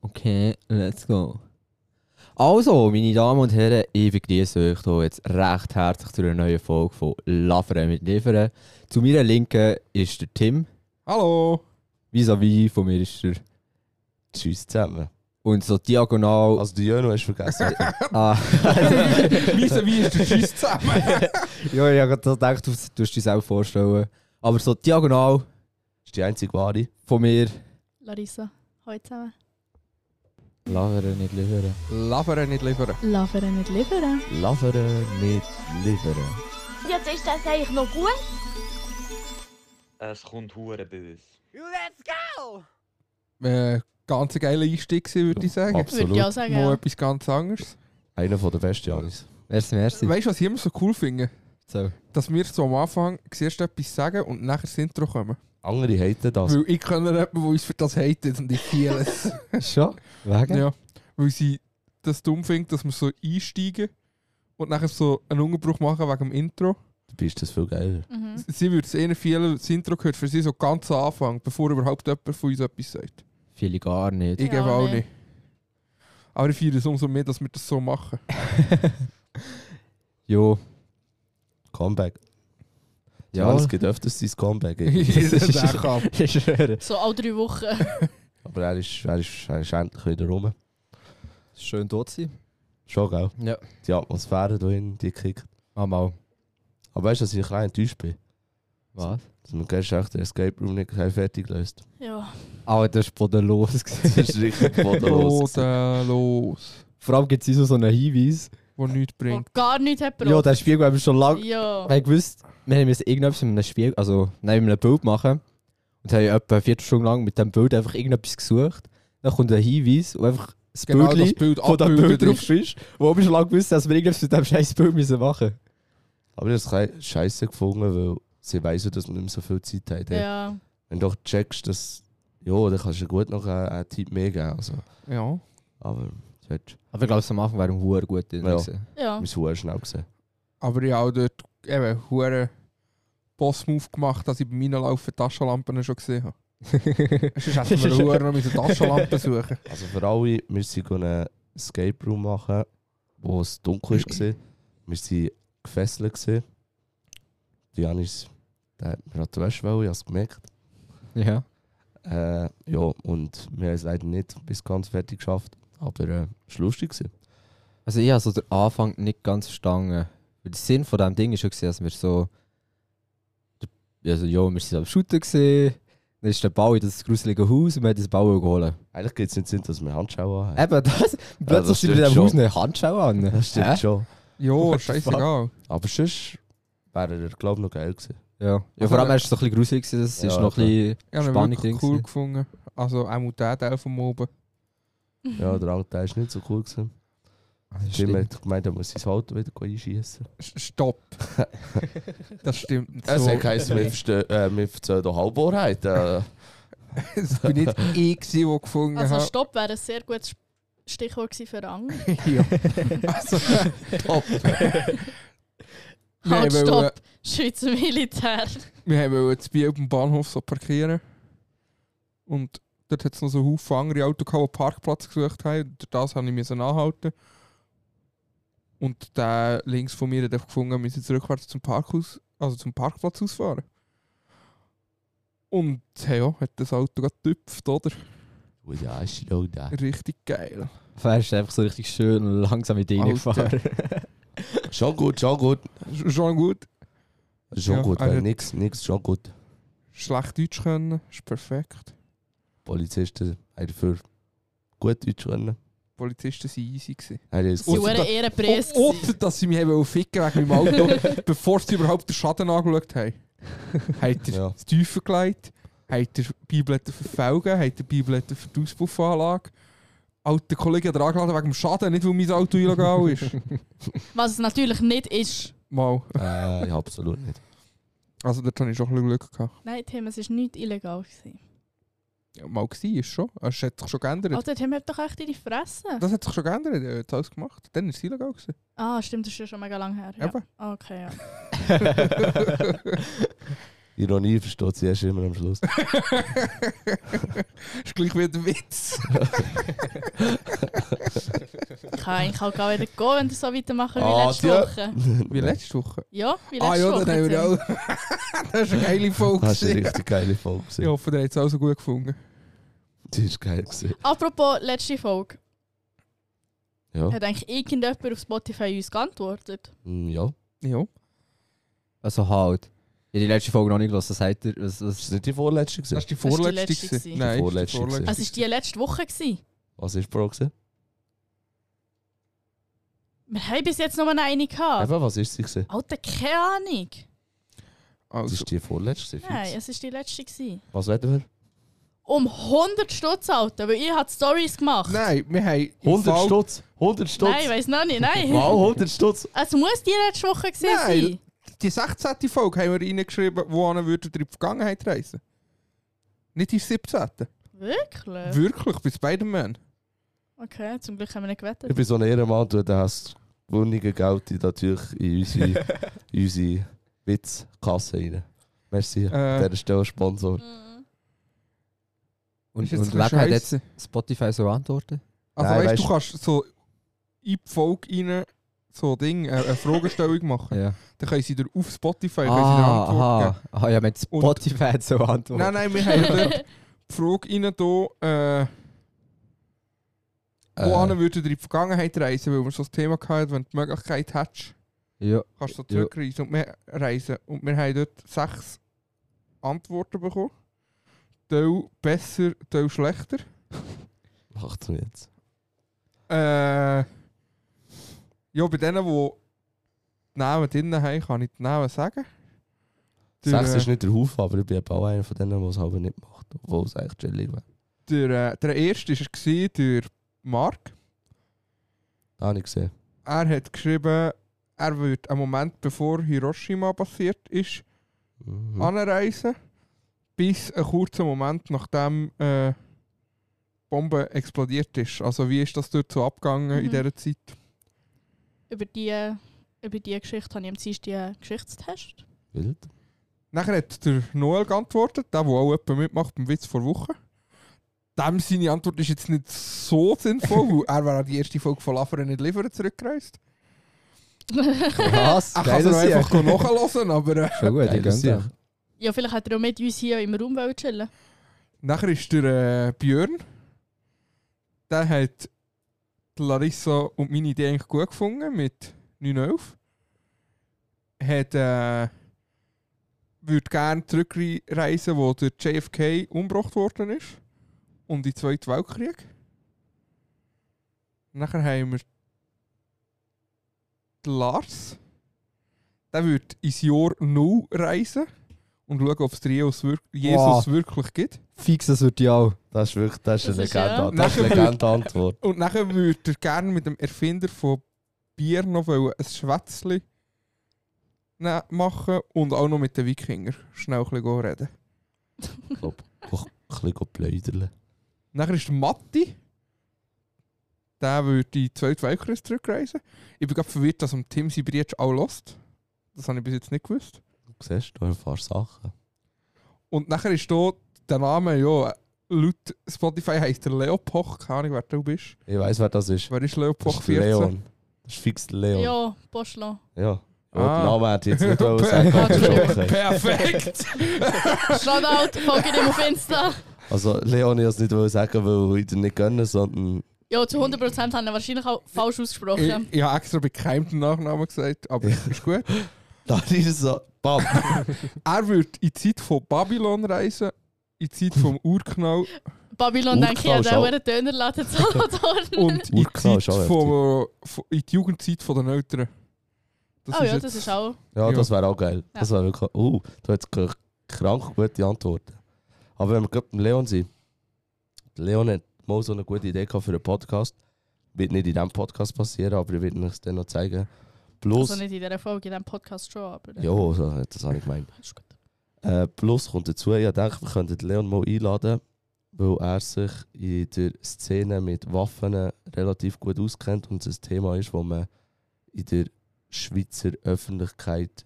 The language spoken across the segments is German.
Okay, let's go. Also, meine Damen und Herren, ich begrüße euch hier jetzt recht herzlich zu einer neuen Folge von Laveren mit Liefern. Zu meiner Linken ist der Tim, Hallo! vis-à-vis von mir ist der. Tschüss zusammen. Und so diagonal. Also, die Jöno hast du vergessen. ah, Wieso wie ist der Schiss zusammen? ja, ich habe gerade so gedacht, du tust dich auch vorstellen. Aber so diagonal ist die einzige wahre. von mir. Larissa, hallo zusammen. Laveren nicht liefern. Labern nicht liefern. Laveren nicht liefern. Lavere mit Liefern. Jetzt ist das eigentlich noch gut. Es kommt hure bös. Äh, ganz ein geiler Einstieg, gewesen, würde ich sagen. Würde ich auch Absolut. sagen. Mal Ja. etwas ganz anderes. Einer von der besten, Janis. Merci, merci. Weißt du, was ich immer so cool finde? So. Dass wir so am Anfang zuerst etwas sagen und nachher das Intro kommen. Andere haten das. Weil ich kenne jemanden, der uns für das hatet und ich fühle es. Schon? Wegen? ja. Weil sie das dumm findet, dass wir so einsteigen und nachher so einen Unterbruch machen wegen dem Intro. Du bist das viel geiler. Mhm. Sie würde es eher fühlen, das Intro gehört für sie so ganz am Anfang, bevor überhaupt jemand von uns etwas sagt. Viele gar nicht. Ich Ja, gebe auch nee. nicht. Aber ich feiere es umso mehr, dass wir das so machen. Jo. Comeback. Ja, Ja, es gibt öfters sein Comeback. das ist- ist auch ab. ich schwöre. So alle drei Wochen. Aber er ist, er, ist, er ist endlich wieder rum. Schön tot sein. Schon, gell? Ja. Ah, Die Atmosphäre da hinten, die kickt. Einmal. Aber weißt du, dass ich ein klein enttäuscht bin? Was? Dass wir gestern echt den Escape Room nicht fertig gelöst Ja. Ah, Aber das ist bodenlos. Das ist richtig bodenlos. gewesen. Bodenlos. Vor allem gibt es so einen Hinweis. Wo nichts Wo bringt. gar nichts hat Ja, das Spiel haben wir schon lange. Ja. Wir haben gewusst, wir müssen irgendetwas mit einem Spiel, also nein, mit einem Bild machen. Und haben etwa eine Viertelstunde lang mit diesem Bild einfach irgendetwas gesucht. Dann kommt ein Hinweis, wo einfach das Genau das Bildchen Bild von diesem Bild abgebildet drauf ist. ist. Wo wir schon lange gewusst haben, dass wir irgendetwas mit diesem scheiß Bild müssen machen müssen. Aber ich habe es scheiße gefunden, weil sie weiss, dass wir nicht mehr so viel Zeit haben. Ja. Wenn du doch checkst, dass. Ja, dann kannst du gut noch einen, einen Tipp mehr geben. Also. Ja. Aber das hättest Aber ich glaube, am Anfang wäre ein Huren gut drin Ja. gewesen. Ja. du sehr schnell gesehen. Aber ich habe auch dort eben einen Boss-Move gemacht, dass ich bei meinen laufenden Taschenlampen schon gesehen habe. Sonst hätten wir Huren noch müssen Taschenlampen suchen Also für alle, wir sind einen Escape Room machen, wo es dunkel war. Wir waren gefesselt. gewesen. Der Janis, der hat mir an die Wäsche wollen, ich habe es gemerkt. Ja. Äh, ja, und wir haben es leider nicht bis ganz fertig geschafft. Aber äh, es war lustig. Gewesen. Also ich habe so den Anfang nicht ganz verstanden. Weil der Sinn von diesem Ding war schon, gewesen, dass wir so... Also ja, wir waren am Shooten. Gewesen. Dann ist der Ball in das gruselige Haus und wir haben den Ball geholt. Eigentlich geht es nicht Sinn, dass wir Handschuhe haben. Eben das, plötzlich das sind wir in diesem stimmt Haus schon. eine Handschau an. Das stimmt Hä? schon. Ja, scheißegal. Aber sonst wäre er, glaube ich, noch geil gewesen. Ja. ja, vor allem er ist so ein bisschen gruselig, gewesen, das ist Ja, noch ein bisschen Ich habe ihn Spannung wirklich drin cool gewesen. gefunden. Also auch der Teil von oben. Ja, der andere Teil war nicht so cool. Gewesen. Jim Stimmt. hat gemeint, er muss sein Auto wieder einschießen. S- Stopp. Das stimmt nicht Es so. hat geheißen, wir verste- äh, wir erzählen doch Halbwahrheit. Äh, Es bin nicht ich, gewesen, der gefunden Also habe. Stopp wäre ein sehr gutes Stichwort gewesen für Angst. Ja. Also, top. wir, Halt, haben wollen, stopp. Schweizer Militär. wir haben wollen das Bier auf dem Bahnhof so parkieren. Und dort hat es noch so Haufen andere Autos gehabt, die einen Parkplatz gesucht haben. Und durch das habe ich müssen anhalten. Und der links von mir hat einfach gefunden, wir müssen jetzt rückwärts zum Parkhaus, also zum Parkplatz ausfahren. Und hey, ja, hat das Auto gerade getüpft, oder? Oh ja, ist ja auch da. Richtig geil. Er ist einfach so richtig schön langsam mit Alter. reingefahren. Schon gut, schon gut. Sch- Schon gut. Schon Ja, gut, er weil hat- nix, nix, schon gut. Schlecht Deutsch können, ist perfekt. Polizisten haben dafür gut Deutsch können. Die Polizisten waren easy. Gewesen. Er ist Sie Und- gut. waren da- ehrenpräs. O- Oder Oh, dass sie mich haben wollen ficken wegen meinem Auto, bevor sie überhaupt den Schaden angeschaut haben. Hat er Ja. das Tiefen gelegt? Hat er Beiblätter für die Felgen? Hat er Beiblätter für die Auspuffanlage? Alter Kollege hat er angeladen wegen dem Schaden, nicht weil mein Auto illegal ist. Was es natürlich nicht ist. Mal. Äh, ja, absolut nicht. Also dort hatte ich schon ein bisschen Glück. Gehabt. Nein, Tim, es war nicht illegal. Gewesen. Ja, mal gewesen ist schon. Es hat sich schon Oh, geändert. der Tim hat doch echt in die Fresse. Das hat sich schon geändert. Er hat alles gemacht. Dann war es illegal. Gewesen. Ah, stimmt, das ist ja schon mega lang her. Ja. Eben. Okay, ja. Ironie versteht sie erst immer am Schluss. ist gleich wieder ein Witz. Ich kann eigentlich auch gar wieder gehen, wenn du so weitermachen wie Ah, letzte tja. Woche. Wie letzte Woche. Ja, wie letzte Ah ja, Woche. dann haben wir Tim. auch. das ist eine geile Folge. Das war eine gewesen. richtig geile Folge. Ich gewesen. hoffe, der hat es auch so gut gefunden. Die ist geil. Gewesen. Apropos letzte Folge. Ja. Hat eigentlich irgendjemand auf Spotify uns geantwortet? Mm, ja. Ja. Also halt. Ich habe die letzte Folge noch nicht gehört, das heißt ihr. Was, Ist was, das nicht die vorletzte? Das ist Gewesen? die war die vorletzte. letzte gewesen. gewesen. Nein, Die das ist vorletzte die vorletzte. Also ist die letzte Woche gewesen. Was war Pro? Gewesen? Wir haben bis jetzt nur noch eine gehabt. Eben, was war sie? Gewesen? Alter, keine Ahnung. Das Also, ist die vorletzte. gewesen, Nein, es fix. war die letzte. Gewesen. Was werden wir? Um 100 Stutz, Alter, weil ich hat Stories gemacht. nein, wir haben. im 100 Fall- Stutz! 100 Stutz! Nein, weiß noch nicht, nein. Mal 100 Stutz! Es muss die letzte Woche gewesen Nein. sein. Die 16. Folge haben wir reingeschrieben, wo wir in die Vergangenheit reisen. Nicht in die 17. Wirklich? Wirklich, bei Spider-Man. Okay, zum Glück haben wir nicht Ich gewettet. bin so ein Ehrenmann, du hast gewonnene Geld in- natürlich in unsere, in unsere Witzkasse rein. Merci. An Äh, dieser Stelle Sponsor. Mhm. und ist jetzt und ein wer hat jetzt Scheisse. Spotify so antworten? Also Nein, weißt du, weißt- du kannst so in die Folge rein so Ding, äh, eine Fragestellung machen. Ja. Dann können sie dir auf Spotify können sie dir Ah, Antworten geben. aha. aha, ja, mit Und- Spotify hat so antworten. Nein, nein, wir haben dort die Frage rein, da, äh, wohin Äh, würdet ihr in die Vergangenheit reisen, weil wir so das Thema hatten, wenn du die Möglichkeit hättest, Ja, kannst du so Ja. zurückreisen und wir reisen. Und wir haben dort sechs Antworten bekommen. Teil besser, Teil schlechter. macht's mir jetzt. Äh, ja, bei denen, die die Namen drin haben, kann ich die Namen sagen. Der, Sechs ist äh, nicht der Haufen, aber ich bin eben auch einer von denen, der es halber nicht macht. Obwohl es eigentlich chillig wäre. der, äh, der erste war gewesen, der Mark. Da habe ich gesehen. Er hat geschrieben, er würde einen Moment bevor Hiroshima passiert ist, Mhm. Ah. anreisen, bis ein kurzer Moment nachdem äh, die Bombe explodiert ist. Also wie ist das dort so abgegangen in Mhm. dieser Zeit? Über die, über die Geschichte habe ich am Dienstag einen Geschichtstest. Wild. Nachher hat der Noel geantwortet, der, der auch jemand mitmacht beim Witz vor Wochen. Dem seine Antwort ist jetzt nicht so sinnvoll, weil er wäre an die erste Folge von Laffer nicht liefern zurückgereist. Was? Er kann es einfach nachhören, aber... Äh, Schon gut, Geil, ich das gönne ist- ja, vielleicht hat er auch mit uns hier im Raum wollen chillen. Nachher ist der äh, Björn. Der hat die Larissa und meine Idee eigentlich gut gefunden mit 911. Hat, äh, würde gerne zurückreisen, wo der JFK umgebracht worden ist. Und in den Zweiten Weltkrieg. Nachher haben wir den Lars. Der würde ins Jahr 0 reisen und schauen, ob es den Jesus, wirk Jesus Wow. wirklich gibt. Fix, das wird ja auch. Das ist wirklich das ist Das eine ist ja- Legende. Das ist eine Nachher- legende Antwort. Und nachher würde er gerne mit dem Erfinder von Bier noch wollen ein Schwätzchen ne- machen und auch noch mit den Wikinger schnell ein bisschen gehen reden. Doch, Ein bisschen blöderle. Nachher ist Matti. Der würde in den Zweiten Weltkrieg zurückreisen. Ich bin gerade verwirrt, dass am Tim Sibiric auch lost. Das habe ich bis jetzt nicht gewusst. Du siehst, du erfährst Sachen. Und nachher ist da der Name, ja, laut Spotify heisst er Leo Poch. Keine Ahnung, wer du bist. Ich weiß, wer das ist. Wer ist Leo Das Poch ist 14? Leon. Das ist fix der Leon. Ja. Ja, Postlo. ja. Ah. Den Namen hätte ich jetzt nicht wollen sagen aber ist okay. Perfekt! Shoutout, folge ihm auf Insta. Also, Leon, ich wollte es nicht wollen sagen, weil ich dir nicht gönne, sondern Ja, zu 100% haben wir wahrscheinlich auch falsch Ich, ausgesprochen. ich habe extra bei keinem den Nachnamen gesagt, aber ist gut. da ist es so. Bam! Er würde in die Zeit von Babylon reisen, in die Zeit vom Urknall Babylon, denke ich, Urknall hat schon. auch einen Dönerladen zu Solothurn. und in die, Urknall Zeit ist auch von, von, in die Jugendzeit von den Eltern. Oh ja, jetzt- das ist auch. Ja, Ja. das wäre auch geil. Das wäre wirklich. Uh, du hättest k- krank gute Antworten. Aber wenn wir gerade beim Leon sind, der Leon hat mal so eine gute Idee gehabt für einen Podcast. Wird nicht in diesem Podcast passieren, aber ich werde es dann noch zeigen. Plus. Also nicht in dieser Folge, in diesem Podcast schon, aber. ja, so, das habe ich gemeint. Ist gut. Äh, plus kommt dazu, ich denke, wir könnten den Leon mal einladen, weil er sich in der Szene mit Waffen relativ gut auskennt und es ein Thema ist, das man in der Schweizer Öffentlichkeit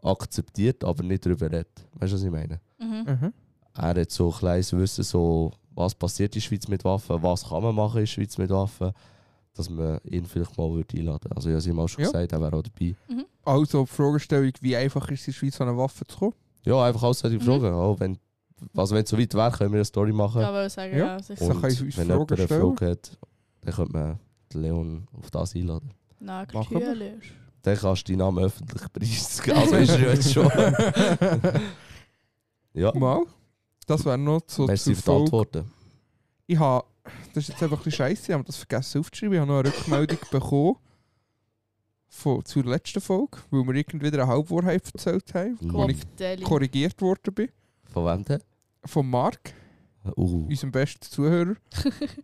akzeptiert, aber nicht darüber redet. Weißt du, was ich meine? Mhm. Mhm. Er hat so ein kleines Wissen, so, was passiert in der Schweiz mit Waffen, was kann man machen in der Schweiz mit Waffen, dass man ihn vielleicht mal würde einladen würde. Also, ich habe ihm auch schon Ja. gesagt, er wäre auch dabei. mhm. Also die Fragestellung, wie einfach ist es in der Schweiz an eine Waffe zu kommen? Ja, einfach alles solche Mhm. Fragen. Auch wenn, also, wenn es so weit wäre, können wir eine Story machen. Ja, wollte ich sagen, Ja. ja, sicher. Und- kann ich wenn uns jemand Fragen eine stellen? Frage hat, dann könnte man den Leon auf das einladen. Na, Machen wir. natürlich. Dann kannst du deinen Namen öffentlich preisgeben. Also ist er ja jetzt schon. ja, Mal. Das wäre noch so zur merci für die Folge. Antworten. Ich habe, das ist jetzt einfach ein bisschen scheiße, ich habe das vergessen aufzuschreiben. Ich habe noch eine Rückmeldung bekommen von, zur letzten Folge, weil wir irgendwie wieder eine Halbwahrheit erzählt haben, wo Gott. ich Cocktail. korrigiert worden bin. Von wem denn? Von Marc, Uh, unserem besten Zuhörer.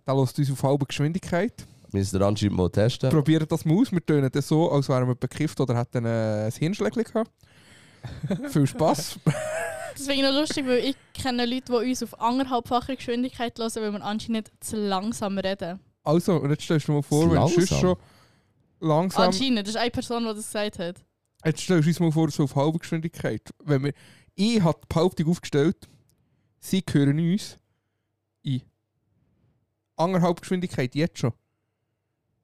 Der lässt uns auf halbe Geschwindigkeit. müssen wir anscheinend mal testen. Probieren das mal aus. Wir tönen das so, als wären wir bekifft oder hätten äh, ein Hirnschlägchen gehabt. Viel Spass. Das finde ich noch lustig, weil ich kenne Leute, die uns auf anderthalbfacher Geschwindigkeit hören, weil wir anscheinend zu langsam reden. Also, und jetzt stellst du dir mal vor, Zu wenn du langsam. schon langsam. Anscheinend, das ist eine Person, die das gesagt hat. Jetzt stellst du uns mal vor, so auf halbe Geschwindigkeit. Wenn wir, ich habe die Behauptung aufgestellt, sie hören uns in anderthalb Geschwindigkeit jetzt schon.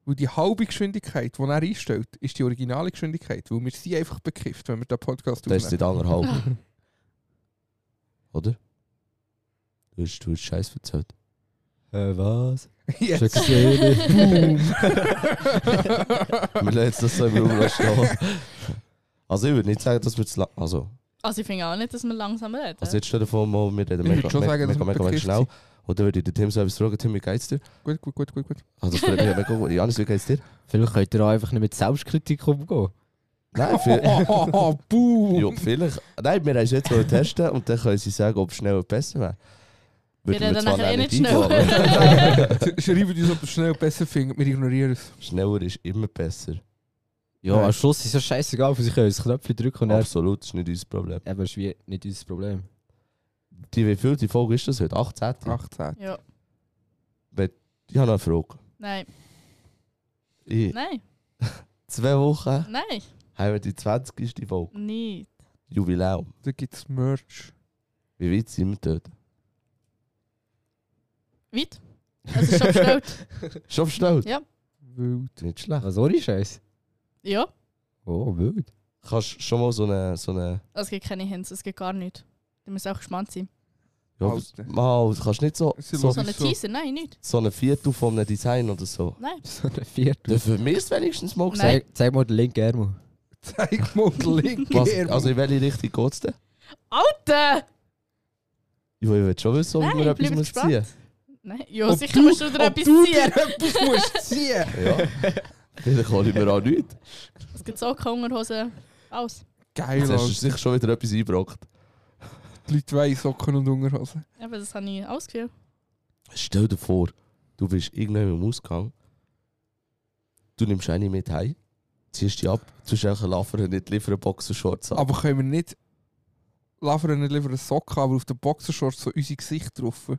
Weil die halbe Geschwindigkeit, die er einstellt, ist die originale Geschwindigkeit. Weil wir sind einfach bekifft, wenn wir den Podcast Das ist aufnehmen. nicht anderthalb. Oder? Du hast, du hast Scheiß erzählt. Äh, was? Schon Jetzt. gesehen. Wir lassen jetzt das so im Raum stehen. Also ich würde nicht sagen, dass wir zu lang... Also, Also ich finde auch nicht, dass wir langsam reden. also jetzt stell dir vor, mal, wir reden Ich mega, würde schon mega, sagen, dass mega, wir mega, mega bekifft schnell. Und dann würde ich den Tim selbst fragen, Tim, wie geht's dir? gut, gut, gut, gut, gut. Also das freut mich mega gut. Janis, wie geht's dir? Vielleicht könnt ihr auch einfach nicht mit Selbstkritik umgehen. Nein, viel, boom. ja, vielleicht. Nein, wir haben es jetzt mal testen und dann können sie sagen, ob es schneller besser wäre. Wir Würden reden zwar nachher eh nicht eingehen, schnell. aber Schreiben uns, ob ihr es schnell besser findet. Wir ignorieren es. Schneller ist immer besser. Ja, Nein. am Schluss ist es scheißegal, weil sie können das Knöpfchen drücken und er Absolut, das ist nicht unser Problem. eben ist wie nicht unser Problem. Die, wie viel die Folge ist das heute? 18? 18. Ja. Ich habe noch eine Frage. Nein. In Nein. zwei Wochen Nein. haben wir die 20. Folge. Nicht. Jubiläum. Da gibt es Merch. Wie weit sind wir dort? Weit? Es ist schon bestellt. Schon bestellt? Ja. Wild. Nicht schlecht. Was soll ich scheiße? Ja. Oh, wild. Kannst schon mal so eine... So eine Es gibt keine Hints, es gibt gar nichts. Du musst auch gespannt sein. ja, Also, Alter. mal, du kannst nicht so, Sie so, So eine so. Teaser? Nein, nicht. so ein Viertel von einem Design oder so. Nein. So eine Viertel. Ja, für mich ist wenigstens mal gesagt. Nein. Zeig, zeig mal den linken Ärmel. Zeig mal den Link. Was, also in welche Richtung geht es denn? Alter! Ja, ich will schon wissen, ob Nein, wir bleib etwas muss gespannt. ziehen. Nein. Ja, sicher musst du dir etwas ziehen. etwas musst ziehen. Ja. Vielleicht hole ich mir auch nichts. Es gibt Socken, Hungerhosen, alles. Geil, Jetzt hast du Alter. sicher schon wieder etwas eingebracht. Die Leute wollen Socken und Unterhosen. Eben, das habe ich ausgewählt. Stell dir vor, du bist irgendwann im Ausgang, du nimmst eine mit heim, ziehst die ab, tust einfach einen Laffer nicht liefern, Boxershorts an. Aber können wir nicht... Laufen wir nicht lieber einen Socken, aber auf den Boxershorts so unser Gesicht drauf.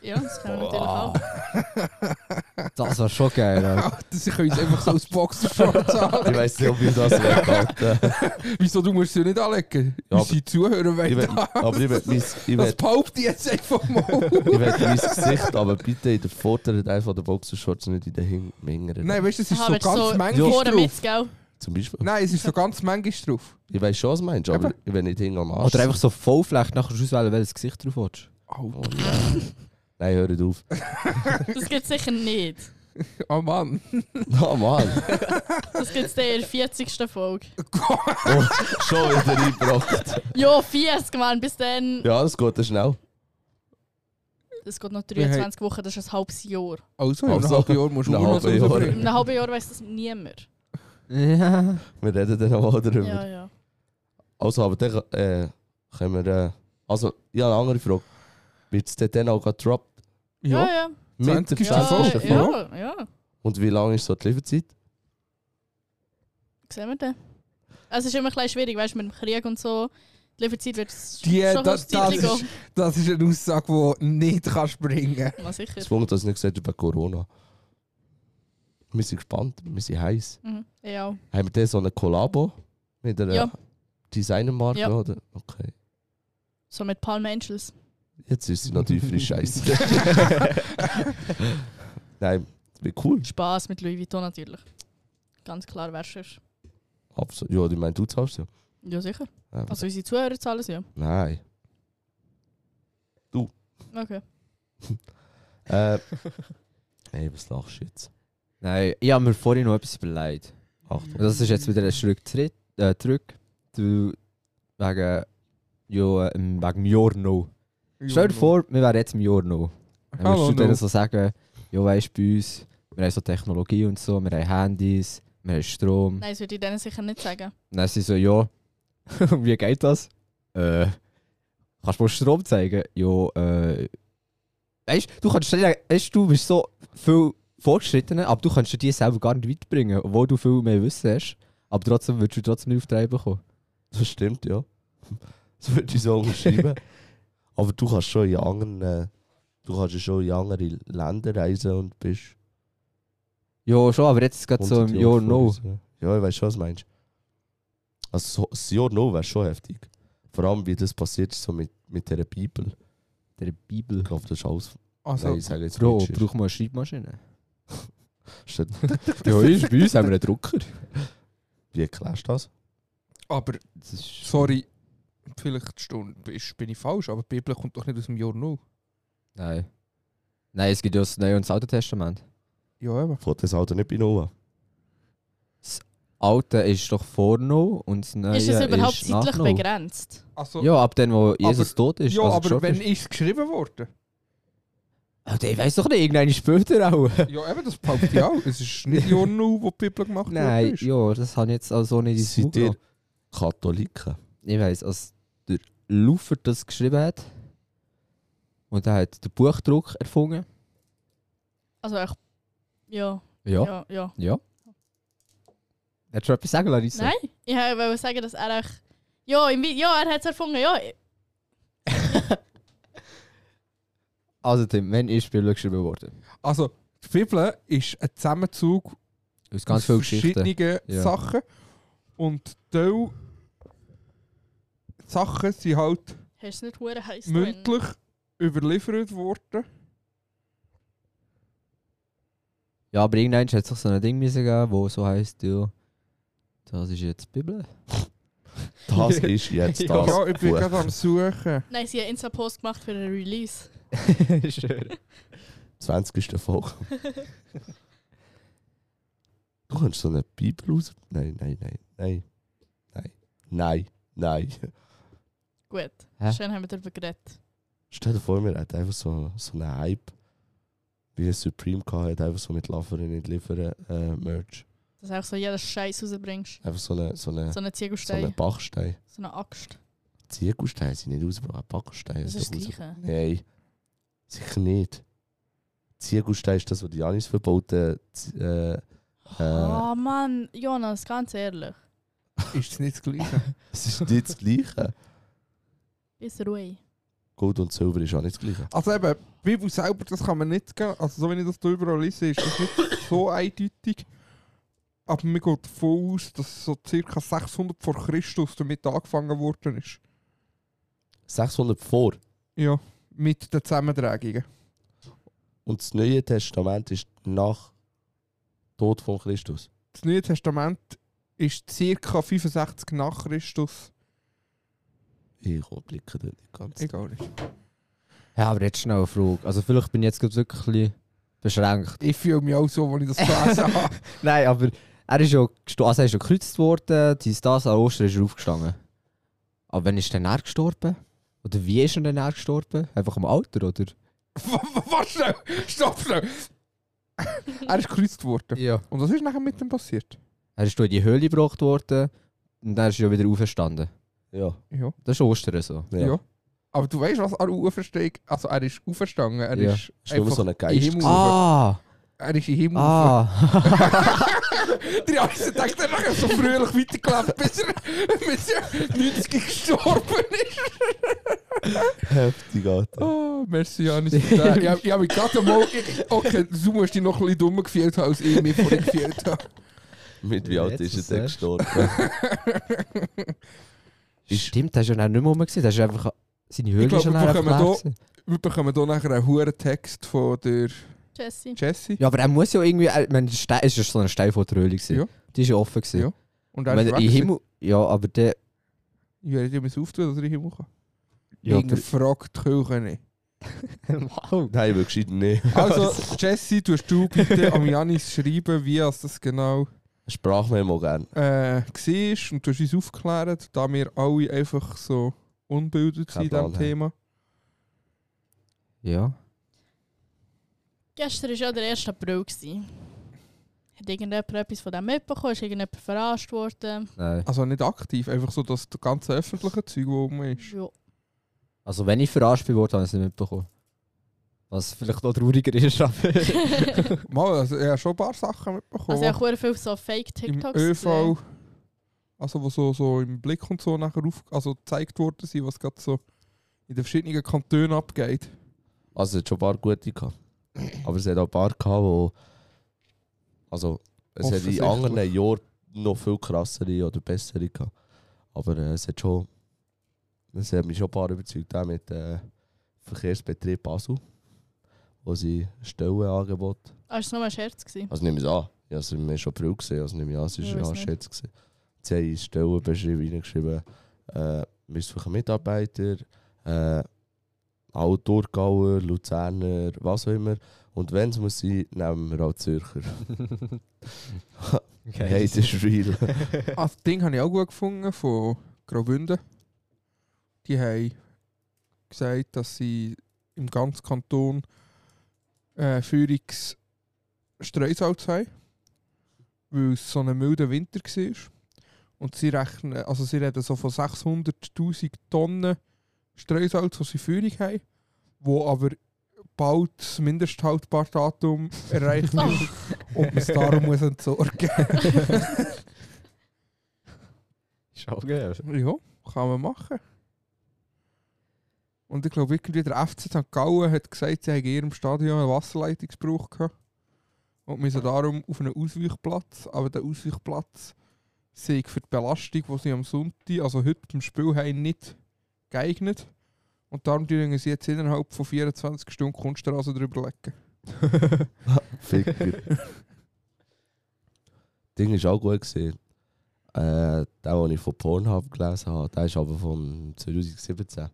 Ja, das können wir natürlich auch. Boah. Das war schon geil. Alter. Alter, sie können uns einfach so als Boxershorts ich anlegen. weiss nicht, ob ich das weghalte. Wieso, du musst sie nicht anlegen? Ja, Unsere Zuhörer Ich wollen will- das. Aber ich will mein, ich das will, behaupte ich jetzt einfach mal. ich will mein Gesicht, aber bitte in der vorderen Teil von der Boxershorts nicht in den hin- hinteren. Nein, weißt du, es ist Aha, so willst du ganz so manchmal Vorne drauf. mit, gell? Zum Beispiel. Nein, es ist so ganz manchmal drauf. Ich weiss schon, was du meinst, aber Eben. ich will nicht hinten am Arsch. Oder einfach so Vollfläche, nachher kannst du auswählen, welches Gesicht drauf willst. Oh, nein. nein, hör auf. Das gibt es sicher nicht. Oh Mann. Oh Mann, Das gibt es dann in der 40. Folge. oh, schon wieder eingebracht. Ja, 40, Mann, bis dann. Ja, das geht ja schnell. Es geht noch 23 Wochen, das ist ein halbes Jahr. Also, in einem Also, halben Jahr musst du in einem Urlaub halben Jahr. rausbringen. In einem halben Jahr weiss das niemand. Ja. Wir reden dann nochmal darüber. Ja, ja. Also, aber dann äh, können wir. Äh, also, ich habe eine andere Frage. Wird es denn dann auch gerade gedroppt? Ja, Ja, ja. Mit 20. der Ist Ja, das so? 20. ja, Folge? ja, ja. Und wie lange ist so die Lieferzeit? Sehen wir dann. Also, Es ist immer ein bisschen schwierig, weißt du, mit dem Krieg und so. Die Lieferzeit wird es Die- schon das- das zeitlich ist- das ist eine Aussage, die du nicht kannst bringen gehen. Mal sicher. Das wundert uns nicht gesagt über Corona. Wir sind gespannt, wir sind heiß. Mhm. Ja. Haben wir dann so eine Kollabo mit einer Ja. Designermarke, Ja. oder? Okay. So mit Palm Angels. Jetzt ist sie natürlich für die Scheiße. Nein, das wäre cool. Spaß mit Louis Vuitton natürlich. Ganz klar, wer sonst? Absolut. Ja, ich meine, du zahlst ja. Ja, sicher. Ja, Also unsere Zuhörer zahlen es ja. Nein. Okay. Äh, ey, was lachst du jetzt? Nein, ich habe mir vorhin noch etwas überlegt. Achtung. Und Das ist jetzt wieder ein Schritt tritt- äh, zurück. Du, wegen, ja, ähm, wegen Jorno. Stell dir vor, wir wären jetzt im Jorno. Dann würdest du denen so sagen, ja weisst bei uns, wir haben so Technologie und so, wir haben Handys, wir haben Strom. Nein, das würde ich denen sicher nicht sagen. Dann sind sie so, ja, wie geht das? Äh, kannst du mir Strom zeigen? Ja, äh, weißt du, kannst dir sagen, weisst du, du bist so viel fortgeschritten, aber du kannst dir die selber gar nicht weiterbringen, obwohl du viel mehr Wissen hast. Aber trotzdem würdest du trotzdem nicht auftreiben bekommen. Das stimmt, ja. Das würde ich so unterschreiben. Aber du kannst schon in anderen, äh, du kannst ja schon in andere Länder reisen und bist. Ja, schon, aber jetzt gerade so 100 im Jahre Jahr vor No. uns, ja. Ja, ich weiß schon, was du meinst. Also, so- das Jahr No wäre schon heftig. Vor allem, wie das passiert ist so mit, mit der Bibel. Der Bibel. Ich glaube, das ist alles. Also, Nein, ich sage jetzt Bro, Falsches. braucht man eine Schreibmaschine? Steht- ja, ist, bei uns haben wir einen Drucker. Wie erklärst du das? aber Das ist sorry, vielleicht Stunde, ist, bin ich falsch, aber die Bibel kommt doch nicht aus dem Jahr Null. Nein. Nein, es gibt ja das Neue und das Alte Testament. Ja, eben. Fährt das Auto nicht bei Noah? Alte ist doch vor noch und das Neue ist es überhaupt Äh, ist nach zeitlich noch. begrenzt? Also, Ja, ab dann, wo Jesus tot ist. ja, also aber gestorben wenn Ist. ist es geschrieben worden? Alter, ich Ah, weiß doch nicht, irgendeine später auch. ja, eben, das behaupte ich auch. Es ist nicht Jahr Null, wo die Bibel gemacht Nein, worden ist. ja, das habe ich jetzt auch so nicht ins Buch Seid ihr genommen. Katholiken? Ich weiß, als der Luther das geschrieben hat und er hat den Buchdruck erfunden. Also ich. Ja, Ja. ja, ja. Ja. Hättest du etwas sagen Larissa? Nein? Ich wollte sagen, dass er auch. Ja, im Video, ja, er hat es erfunden, ja. Also Tim, wenn ist die Bibel geschrieben worden? Also, die Bibel ist ein Zusammenzug Aus ganz vielen Geschichten. verschiedenen Ja. Sachen. Und die Sachen sind halt Hast du nicht Huren heiß mündlich überliefert worden. Ja, aber irgendwann hat es doch so ein Ding müssen geben, wo so heisst, ja, das ist jetzt die Bibel. Das ist jetzt Ja, das. ja, ich bin Buch. gerade am Suchen. Nein, sie haben Insta-Post gemacht für den Release. Schön. 20. Folge. du kannst so eine Bibel raus. Nein, nein, nein, nein. Nein. Nein, nein. Gut. Hä? Schön haben wir darüber geredet. Stell dir vor, wir hätten einfach so, so einen Hype, wie es Supreme hatte, einfach so mit Lafferen nicht liefern äh, Merch. Dass du auch so jeden Scheiß rausbringst. Einfach so einen so eine, So einen so eine Ziegelstein, Bachstein. so eine Axt. Ziegelstein sind nicht rausgebracht, Bachstein Das ist das raus- Gleiche. Nein, sicher nicht. Ziegelstein ist das, was die Janis verbaut äh, z- äh, Oh Mann, Jonas, ganz ehrlich. Ist es nicht das Gleiche? Es ist nicht das Gleiche. Ist ruhig. Gold und Silber ist auch nicht das Gleiche. Also eben, die Bibel selber, das kann man nicht geben. Also so wenn ich das da überall lese, ist das nicht so eindeutig. Aber mir geht davon aus, dass so ca. 600 vor Christus damit angefangen worden ist. 600 vor. Ja, mit den Zusammentragungen. Und das Neue Testament ist nach Tod von Christus. Das Neue Testament ist ca. 65 nach Christus. Ich blicke dort nicht ganz. Egal. Ja, aber jetzt schnell eine Frage. Also vielleicht bin ich jetzt gerade wirklich ein bisschen beschränkt. Ich fühle mich auch so, wenn ich das gelesen habe. Nein, aber er ist ja, gesto- also er ist ja gekreuzt worden, dies, das, an Ostern ist er aufgestanden. Aber wann ist denn er gestorben? Oder wie ist er denn er gestorben? Einfach im Alter, oder? Was schnell? Stopp schnell! er ist gekreuzt worden. Ja. Und was ist nachher mit dem passiert? Er ist in die Höhle gebracht worden und dann ist er ja wieder auferstanden. Ja. Ja. Das ist Ostern so. ja. Ja. Aber du weißt, was er aufersteigt? Also er ist auferstanden. Er Ja. ist Ist nur so ein in den Geist. Himmel. Ah! Er ist in den Himmel. Ah! Der Jansen denkt, er hat so fröhlich weitergelebt, bis er mit 90 gestorben ist. Heftig, Alter. Oh, merci Janis für den. Ich hab- Ich habe mich gerade mal... ich- Okay, du musst dich noch ein bisschen dummer gefühlt haben, als ich mich vorhin gefühlt habe. Mit wie alt Jetzt, ist was er denn sagst gestorben? Ist- Stimmt, der ist ja dann nicht mehr rum. gewesen, Der ist einfach seine Höhle Ich glaub, ist ja wir dann einfach bekommen leer da- gewesen. Wir bekommen hier nachher einen hohen Text von der Jesse. Jessie. Ja, aber er muss ja irgendwie. äh, Ich meine, es war ja so eine Steinfurtröhle. Ja. Ja. Die ist ja offen. Gewesen. Ja. Und er Wenn ist er weg. in Himmel. Ja, aber der. Ich werde dir mein Auftreten, dass er in den Himmel kann. Ja, Irgendwer fragt die Kirche nicht. wow. Nein, wir gescheit nicht. Also, Jesse, tust du bitte am Janis schreiben, wie es das genau Sprachmemo gerne. äh, war und du hast uns aufklären, da wir alle einfach so unbildet sind Kein in diesem Plan, Thema. Ja. Gestern war ja der 1. April. gewesen. Hat irgendjemand etwas von dem mitbekommen? Ist irgendjemand verarscht worden? Nein. Also nicht aktiv, einfach so das ganze öffentliche Zeug, das oben ist. Ja. Also, wenn ich verarscht bin, worden, habe ich es nicht mitbekommen. Was vielleicht noch trauriger ist, aber. Mal, also, ich habe schon ein paar Sachen mitbekommen. also ich habe viel so Im Fake-TikToks ÖV, also wo so, so im Blick und so nachher auf, also gezeigt worden sind, was gerade so in den verschiedenen Kantonen abgeht. Also, es hat schon ein paar gute gehabt. Aber es hat auch ein paar gehabt, wo. Also, es hat in Offensichtlich. anderen Jahren noch viel krassere oder bessere gehabt. Aber äh, es hat schon. Es hat mich schon ein paar überzeugt, auch mit äh, Verkehrsbetrieb Basel, wo sie Stellenangebot. Ah, war es nur ein Scherz? Gewesen? Also, nehme ich es an. Ja, es war schon früh gesehen, also nehme ich an, es Ich weiß war eine nicht. Anschätzung. gewesen. Sie haben in die Stellenbeschreibung reingeschrieben, äh, wir suchen Mitarbeiter, äh, auch Thurgauer, Luzerner, was auch immer. Und wenn es muss sein, nehmen wir auch Zürcher. Hey, das ist real. Ah, das Ding habe ich auch gut gefunden von Graubünden. Die haben gesagt, dass sie im ganzen Kanton äh, Führungsstreusalt haben, weil es so ein milder Winter war. Und sie rechnen, also sie reden so von 600'000 Tonnen Streusalz, die sie Führung haben, wo aber bald das Mindesthaltbardatum erreicht wird und man es darum muss entsorgen Schau, gell. Ja, kann man machen. Und ich glaube, irgendwie der FC St. Gallen hat gesagt, sie haben in ihrem Stadion einen Wasserleitungsbruch gehabt. Und müssen darum auf einen Ausweichplatz. Aber der Ausweichplatz sehe ich für die Belastung, die sie am Sonntag, also heute beim Spiel haben, nicht geeignet. Und darum dürfen sie jetzt innerhalb von 24 Stunden Kunststraße drüber legen. Ficker. Ding ist auch gut gesehen. Äh, der, den ich von Pornhub gelesen habe, der ist aber von 2017.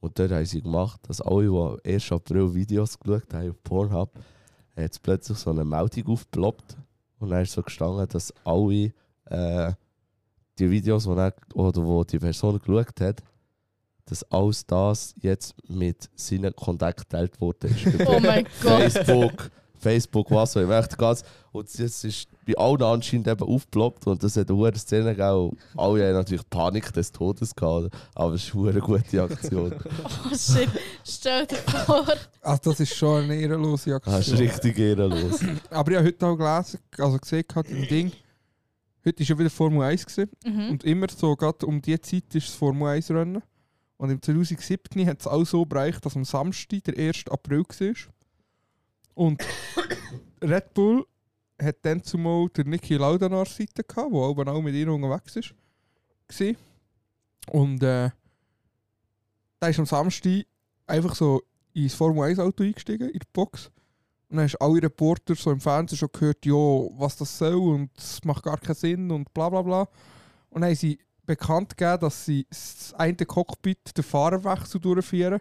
Und dort haben sie gemacht, dass alle, die am 1. April Videos geschaut haben auf Pornhub, hat jetzt plötzlich so eine Meldung aufgeploppt. Und dann ist so gestanden, dass alle äh, die Videos, die er, oder wo die Person geschaut hat, dass alles das jetzt mit seinen Kontakten geteilt worden ist. Oh mein Gott. Facebook, Facebook, was auch immer. Echt ganz- Und es ist bei allen anscheinend eben aufgeploppt und das hat eine hohe Szene gegeben. Und Alle haben natürlich Panik des Todes gehabt, aber es ist eine gute Aktion. Oh shit. Stell dir vor. Also das ist schon eine ehrenlose Das Aktion. ist richtig ehrenlos. Aber ich habe heute auch gelesen, also gesehen, gehabt, im Ding, heute war ja wieder Formel 1 gewesen. Mhm. Und immer so, gerade um die Zeit ist das Formel 1 Rennen. Und im 2017 hat es auch so bereicht, dass am Samstag, der 1. April war. Und Red Bull hat dann zumal der Niki Lauda an der Seite gehabt, der aber auch mit ihr unterwegs ist. Gewesen. Und äh, da ist am Samstag einfach so ins Formel 1 Auto eingestiegen, in die Box. Und dann hast alle Reporter so im Fernsehen schon gehört, ja, was das soll und es macht gar keinen Sinn und bla bla bla. Und dann haben sie bekannt gegeben, dass sie das eine Cockpit den Fahrerwechsel durchführen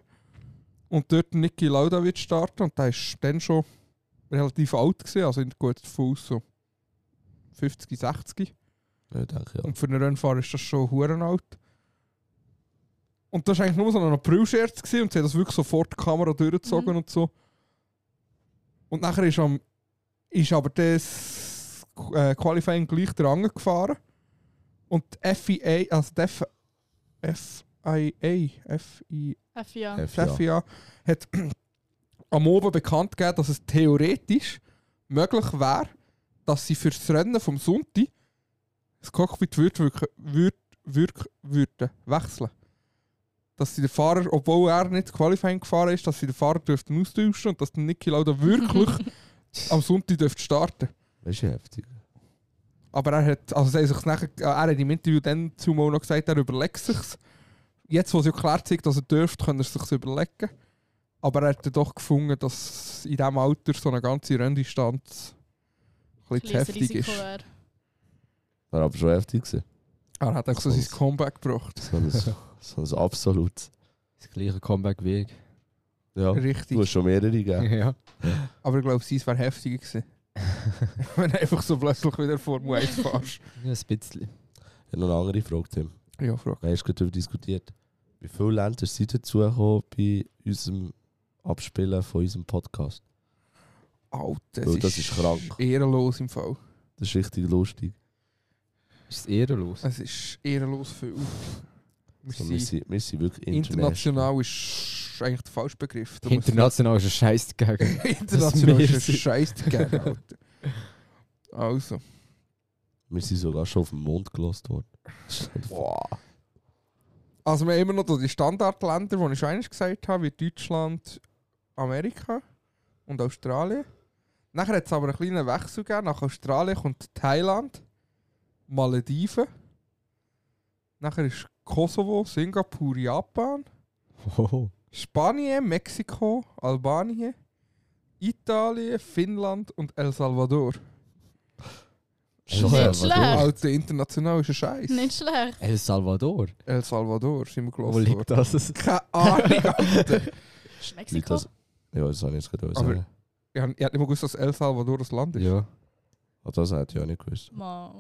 und dort Niki Lauda wird starten. Und der ist dann schon relativ alt gewesen, also in gut Fuß so 50, 60. Ja, danke, ja. Und für einen Rennfahrer ist das schon hure alt. Und das war eigentlich nur so ein April-Scherz gewesen und sie haben das wirklich sofort die Kamera durchgezogen und so. Und nachher ist, am, ist aber das äh, Qualifying gleich der Ange gefahren. Und die FIA, also die F, FIA, FIA, Äh, FIA. F, ja. Chef ja. hat am Oben bekannt gegeben, dass es theoretisch möglich wäre, dass sie für das Rennen vom Sonntag das Cockpit würd, würd, würd, würd, würden wechseln. Dass sie den Fahrer, obwohl er nicht das Qualifying gefahren ist, dass sie den Fahrer dürften austauschen und dass der Niki Lauda wirklich am Sonntag dürfte starten. Das ist heftig. Aber er hat, also sie haben sich nachher, äh, er hat im Interview dann zumal noch gesagt, er überlegt sich's. Jetzt, wo es ja klar zeigt, dass er dürft, kann er sich's überlegen. Aber er hat dann doch gefunden, dass in diesem Alter so eine ganze Renndistanz ein bisschen zu kleines heftig Risiko ist. wäre. War aber schon heftig gewesen. Er hat auch so sein Comeback gebracht. So ein, so ein absolutes. Das gleiche Comeback wie ich. Ja, du hast Richtig. Ah, schon mehrere gegeben. Ja. Aber ich glaube, es wäre heftiger gewesen. Wenn du einfach so plötzlich wieder Formel 1 fährst. ja, ein bisschen. Ich habe noch eine andere Frage, Tim. Ja, Frage. Wir haben erst darüber diskutiert. Wie viele Länder sind dazugekommen bei unserem Abspielen von unserem Podcast? Alter, Weil das ist krank. ehrenlos im Fall. Das ist richtig lustig. Ist es ehrenlos? Es ist ehrenlos viel. Wir Und Also, wir, sind sind, wir sind wirklich international. international ist eigentlich der falsche Begriff. Da muss- International ist ein Scheiß gegen. international dass wir ist ein sind. scheiß Alter. Also, Wir sind sogar schon auf dem Mond gelost worden. halt also wir haben immer noch so die Standardländer, die ich schon einmal gesagt habe, wie Deutschland, Amerika und Australien. Nachher hat es aber einen kleinen Wechsel gegeben. Nach Australien kommt Thailand, Malediven. Nachher ist Kosovo, Singapur, Japan. Oh. Spanien, Mexiko, Albanien, Italien, Finnland und El Salvador. Schon Nicht ja, schlecht. was- Alter, international ist ein Scheiß. Nicht schlecht. El Salvador? El Salvador, sind wir Wo gelassen worden. liegt das? Keine Ahnung, Alter. Wie Mexiko? also- das, ja, das habe ich jetzt gerade Aber- sagen. Ich hab ich hab nicht mal gewusst, dass El Salvador das Land ist. Ja. Aber Ah, das hätte ich auch nicht gewusst. Mal.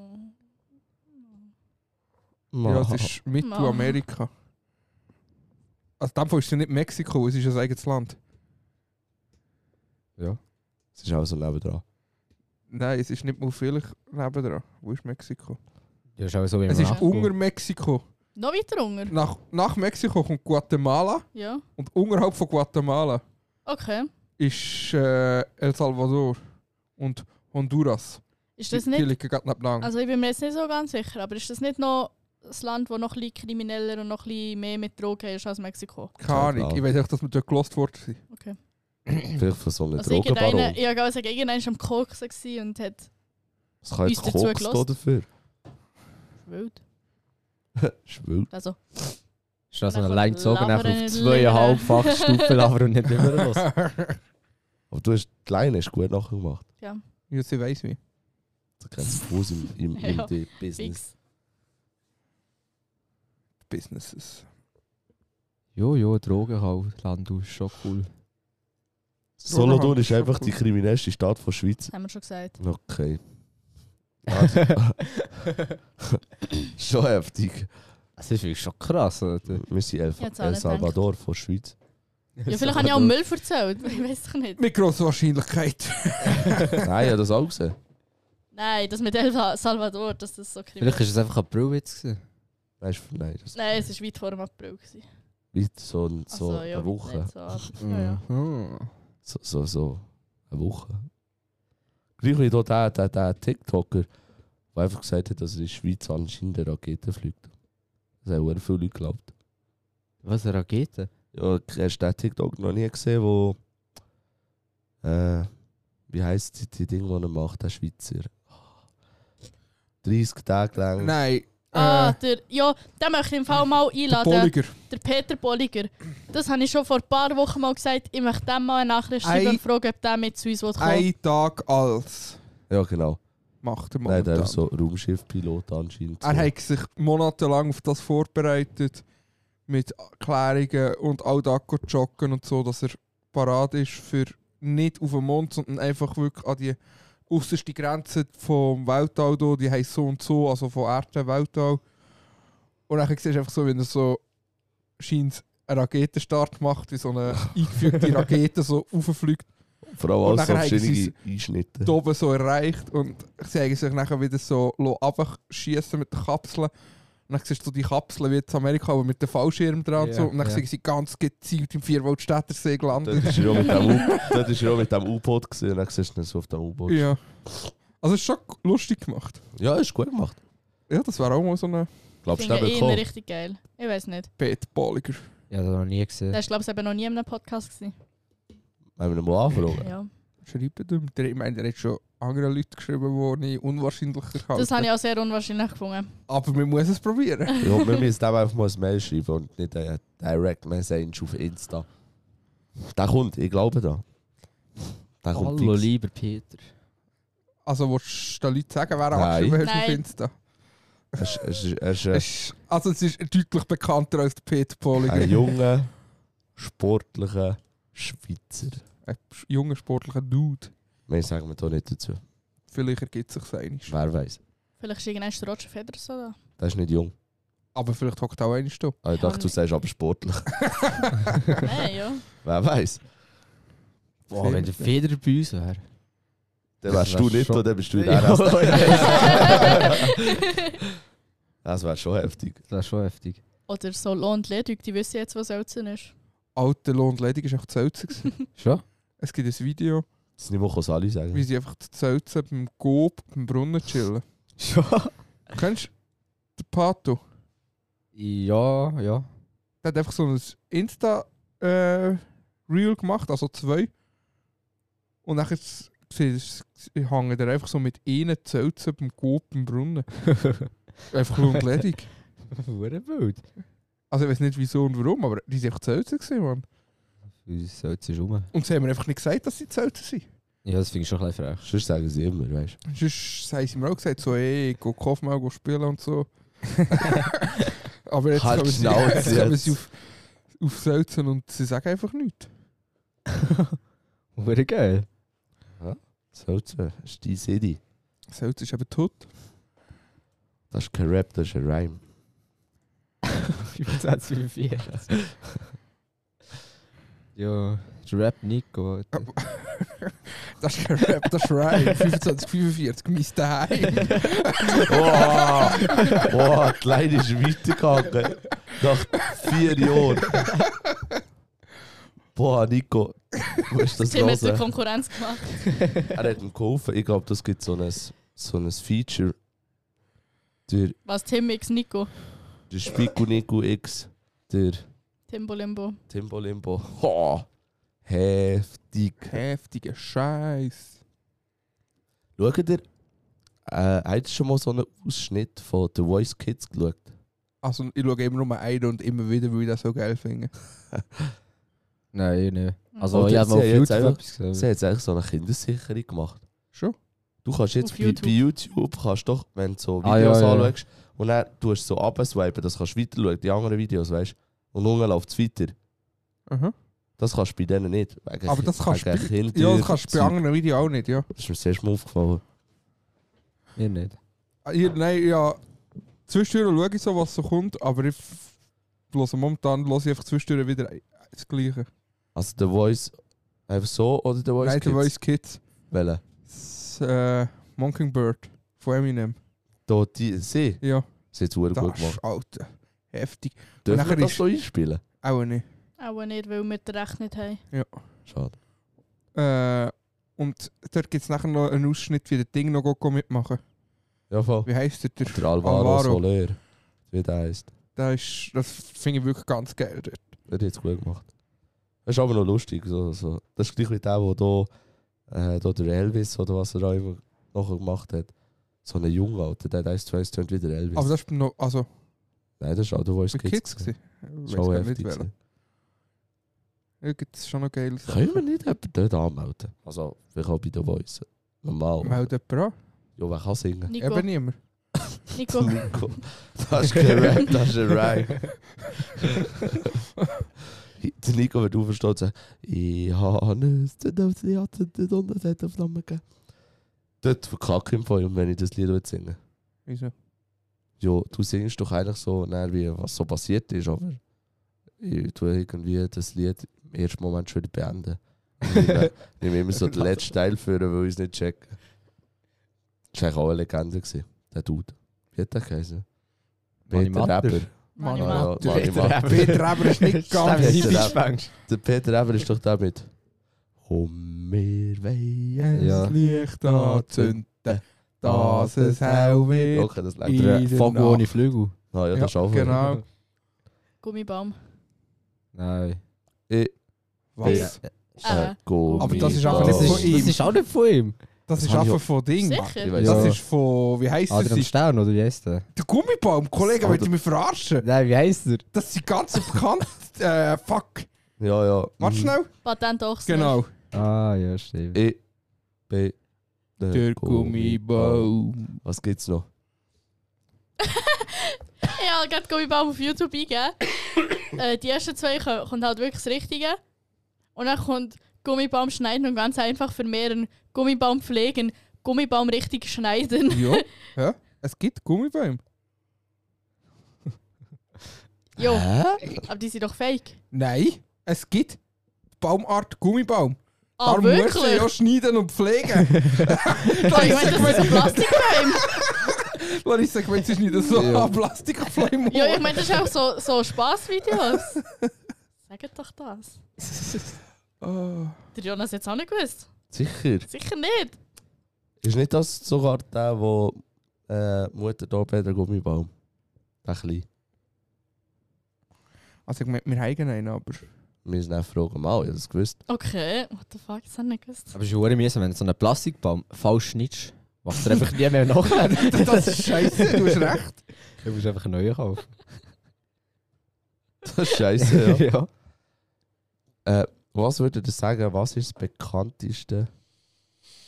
Ja, es ist Mittelamerika. Also, in dem Fall ist es ja nicht Mexiko, es ist ein eigenes Land. es ist auch so nebendran. Nein, es ist nicht mal vielleicht nebendran. Wo ist Mexiko? Ja, ist auch so wie Es man ist nachguckt. unter Mexiko. Noch weiter unter? Nach, nach Mexiko kommt Guatemala Ja. und unterhalb von Guatemala Okay. ist äh, El Salvador und Honduras. Ist das Die- Die nicht. liegen gerade nebeneinander. Also ich bin mir jetzt nicht so ganz sicher, aber ist das nicht noch das Land, das noch ein bisschen krimineller und noch ein bisschen mehr mit Drogen ist als Mexiko? Keine Ahnung. Ich weiß auch, dass wir dort gelost worden sind. Vielleicht von so einem Also irgendeiner, Drogenbaron. ja, genau, also irgendeiner war am Koksen gewesen und hat Es kann jetzt uns dazu Koks da gelost. dafür. wild. Schwül. Also, Ist das, wenn Nachher er lang gezogen labern nachher auf nicht zweieinhalbfach Stufen labern und nicht mehr los? Aber du hast die Leine ist gut nachgemacht. ja, sie weiss wie. Das kennst du aus im, im, im Ja, D- Business. fix. Businesses. Jo, jo, Drogen halt, Land aus, schon cool. Solothurn ist einfach die kriminellste Stadt der Schweiz. Das haben wir schon gesagt. Okay. Also, schon heftig. Das ist wirklich schon krass, oder? Wir sind El, Ich hätt's auch El nicht Salvador von der Schweiz. Ja, vielleicht habe ich auch Müll erzählt, ich weiß doch nicht. Mit grosser Wahrscheinlichkeit. Nein, ich habe das auch gesehen. Nein, das mit El Salvador, dass das so kriminell Vielleicht war es einfach ein Brillwitz. gewesen. Weißt du, nein, das Nein, es war weit vor dem April. gewesen. ist so, ein- so Also, ja, eine Woche. Mm. nicht so, aber- Ja, ja. Hm. Mhm. So, so, so. Eine Woche. Gleich wie hier der, der, der TikToker, der einfach gesagt hat, dass er in der Schweiz anscheinend eine Rakete fliegt. Das haben sehr viele Leute geglaubt. Was, eine Rakete? Ja, hast du den TikTok noch nie gesehen, wo. Äh, wie heisst die, die Ding, die er macht, der Schweizer? 30 Tage lang. Nein. Ah, äh, der, ja, den möchte ich im Fall mal der einladen. Bolliger. Der Peter Bolliger. Das habe ich schon vor ein paar Wochen mal gesagt. Ich möchte dem mal eine Nachricht schreiben Ei- und fragen, ob der mit zu uns kommt. Ein Tag als Ja, genau. macht er Nein, der momentan. ist so Raumschiffpilot anscheinend. Er hat sich monatelang auf das vorbereitet. Mit Klärungen und all das gehen joggen und so, dass er parat ist für nicht auf den Mond, sondern einfach wirklich an die äußerste Grenze vom Weltall hier, die heisst so und so, also von Erde Weltall. Und dann siehst du einfach so, wenn er so scheint einen Raketenstart macht, wie so eine eingefügte Rakete so rauffliegt so. Vor allem Und auch so nachher haben sie verschiedene Einschnitte. da oben so erreicht und sie haben sich nachher wieder so abschießen mit den Kapseln. Und dann siehst du die Kapseln wie in Amerika, aber mit dem Fallschirm dran. und so. Ja, Und dann ja. sind sie ganz gezielt im Vierwaldstättersee Dort gelandet. ist er auch mit dem U- dort ist er auch mit dem U-Boot gesehen und dann siehst du ihn so auf dem U-Boot. Ja. ja. Also es ist schon lustig gemacht. ist gut gemacht. Ja, das wäre auch mal so ein Ich Glaubst du, finde der ihn eh bekommt? richtig geil. Ich weiß nicht. Bettballiger. Ja, das habe ich noch nie gesehen. Der ist, glaube ich, eben noch nie in einem Podcast. Gewesen. Wenn wir ihn mal anfragen. Ja. Schreibt ihm. Der, ich meine, der hat schon andere Leute geschrieben, die ich unwahrscheinlicher halte. Das habe ich auch sehr unwahrscheinlich gefunden. Aber man muss es probieren. Ich hoffe, wir müssen dem einfach mal ein Mail schreiben und nicht eine Direct Message auf Insta. Der kommt, ich glaube da. Der kommt Hallo, fix. lieber Peter. Also, willst du den Leuten sagen, wer Nein. angeschrieben hast auf Nein. Insta? Er ist- er ist- er ist, äh, Es ist- Also, es ist deutlich bekannter als der Peter Poliger. Ein junger, sportlicher Schweizer. Ein junger, sportlicher Dude. Mehr sagen wir da nicht dazu. Vielleicht ergibt sich einiges. Wer weiß. Vielleicht ist irgendein der Roger Federer so da. Der ist nicht jung. Aber vielleicht hockt auch eines da. Ah, Ich dachte, du Ja, sagst aber sportlich. Nein, ja. Wer weiß. Boah, wenn der Feder bei uns wäre. Dann wärst Das du wär nicht schon- da, dann bist du in Ja. der Das wäre schon heftig. Das wäre schon heftig. Oder Solo und Ledig, die wissen jetzt, was Elzen ist. Alte Lohn und Ledig war auch Zelzen. gewesen. Schon? es gibt ein Video, Das nicht mal alle wie sagen. sie einfach zu Zelzen beim Gob, beim Brunnen chillen. Schon? Kennst du den Pato? Ja, ja. Der hat einfach so ein Insta-Reel gemacht, also zwei. Und dann s- sie- s- sie hängen da einfach so mit ihnen Zelzen beim Gob, beim Brunnen. Einfach Lohn und Ledig. Wurde wild. Also ich weiß nicht wieso und warum, aber die sind einfach Zelten gewesen, Mann. Unser Salz ist rum. Und sie haben mir einfach nicht gesagt, dass sie Zelten sind. Ja, das finde ich schon ein bisschen frech. Sonst sagen sie immer, weißt Sonst haben sie mir auch gesagt, so, ey, go kauf mal, go spielen und so. aber jetzt Halt kommen sie, Schnauze jetzt kommen jetzt. sie auf, auf Zelten und sie sagen einfach nichts. Wurde geil. du? Das ist die City. Zelten ist eben tot. Das ist kein Rap, das ist ein Rhyme. 25 für 40. Ja, der Rap Nico. Alter. Das ist kein Rap, das ist Rhyme. 25, 45, mein Daheim. Boah, boah, die Leine ist weitergegangen. Nach vier Jahren. Boah, Nico, du musst das Sie haben jetzt eine hören. Konkurrenz gemacht. Er hat ihm geholfen. Ich glaube, das gibt so ein, so ein Feature. Der, Was Tim X Nico? der Spiku Nico X, der Timbo Limbo. Timbo Limbo. Oh, heftig. Heftiger Scheiß. Schaut ihr, äh, habt ihr schon mal so einen Ausschnitt von The Voice Kids geschaut? Also ich schaue immer nur einen und immer wieder, weil ich das so geil finde. Nein, ich nicht. Also, Oder ich habe mal auf sie haben jetzt YouTube einfach- etwas gesehen. Sie hat jetzt eigentlich so eine Kindersicherung gemacht. Schon? Du kannst jetzt Auf bei YouTube. YouTube. bei YouTube kannst doch, wenn du so Ah, Videos ja, ja. anschaust und dann tust du so abswipen, das kannst du weiter schauen, die anderen Videos, weißt du? Und unten läuft es weiter. Aha. Das kannst du bei denen nicht. Wegen Aber das kannst du wegen Kinder. Ja, das kannst du bei anderen Videos auch nicht, ja. Das ist mir zuerst mal aufgefallen. Mir nicht. Ah, Hier, nein, ja. Zwischendurch schaue ich so, was so kommt, aber ich f- höre momentan höre ich einfach zwischendurch wieder äh, das Gleiche. Also The Voice, einfach so oder The Voice Nein, The Kids? Voice Kids. Welche? Das, äh, Mockingbird von Eminem. Da, die, sie, Ja, sie hat es gut das gemacht. ist Alter. Heftig. Dürfen wir nachher das ist- so einspielen? Auch nicht. Auch nicht, weil wir den Recht nicht haben. Schade. Äh, und dort gibt es nachher noch einen Ausschnitt, wie der Ding noch go- go mitmachen Ja, voll. Wie heisst der? der Der Alvaro, Alvaro. Soler, wie der heisst. der ist, das finde ich wirklich ganz geil dort. Der hat jetzt gut gemacht. Das ist aber noch lustig. So, so. Das ist gleich wie der, der hier, äh, da der Elvis oder was er auch immer nachher gemacht hat. So ein Junge, Alter, der heißt weiss, tönt wie der Elvis. Aber das ist noch, also, Nein, das ist auch der Voice für Kids Kids. gewesen. gewesen. Ich Das weiss ist auch gar heftig. nicht, welcher. gewesen. Ja, gibt's schon noch geil. Können wir nicht jemanden dort anmelden? Also, vielleicht auch bei der Voice. Normal. Meld jemand an. Ja, wer kann singen? Nico, Eben niemand. Nico. Nico. Das ist kein Rap, das ist ein Rhyme. Der Nico wird aufgestanden und sagt, ich habe Nüsse, das hat den Donner, das hat eine Flamme gegeben. Dort verkacke ich im Fall, wenn ich das Lied will singen Wieso? Ja, du singst doch eigentlich so, näher wie was so passiert ist, aber ich tue irgendwie das Lied im ersten Moment schon wieder beenden. Ich nehme- ich nehme immer so den letzten Teil führen, weil ich es nicht checken. Das war eigentlich auch eine Legende, gewesen, der Dude. Wie hat der geheißen? Manni Peter Matter. Rapper. Manni Mann, Matter. Mann. Manni Matter. Peter Eber ist nicht ganz Stimmt, hippie. Peter Der Peter Eber ist doch der mit «Um wir wollen Ja. Das Licht anzünden, dass es hell wird. Okay, das In läuft. Der der Vogel Nacht. ohne Flügel. Ah, ja, das Ja, ist auch genau. Gummibaum. Nein. Was? Äh, Äh. Gummi. Aber das ist Das einfach nicht von ist, ihm. das ist auch nicht von ihm. Das ist Hab ich einfach von Ding. Ich Sicher. weiss Das Ja. ist von, wie heisst das? Adrian Stern, oder wie heisst der? Der Gummibaum, Kollege, Alter. wollt ihr mich verarschen? Nein, wie heisst er? Das sind ganz bekannt. äh, fuck. Ja, ja. Warte schnell. Patent auch so. Genau. Ah, ja, stimmt. Ich bin der, Was gibt's noch? Ich habe gerade Gummibaum auf YouTube eingegeben. äh, die ersten zwei ko- kommt halt wirklich das Richtige. Und dann kommt Gummibaum schneiden und ganz einfach vermehren. Gummibaum pflegen, Gummibaum richtig schneiden. Ja. ja. Es gibt Gummibäume. Jo, Äh. aber die sind doch fake. Nein. Es gibt die Baumart Gummibaum. Ah, Darum wirklich? musst du ja schneiden und pflegen. Oh, ich meine, das ist ein Plastikbaum. Larissa, ich meine, es ist nicht so Ja. ein Plastikflamme. ja, ich meine, das ist auch so, so Spaßvideos. Sagt doch das. Ah. Der Jonas hat es auch nicht gewusst. Sicher. Sicher nicht. Ist nicht das sogar der, wo äh, Mutter da bei der Gummibaum? Der kleine. Also, ich meine, wir haben einen, aber. Wir sind auch fragen mal, ich habe das gewusst. Okay, what the fuck, das habe ich nicht gewusst. Aber es ist verdammt mühsam, wenn du so einen Plastikbaum falsch schneidest, machst du einfach nie mehr nachher. Das ist scheiße, du hast recht. Du musst einfach einen neuen kaufen. Das ist scheiße, ja. ja. was würdet ihr sagen, was ist das bekannteste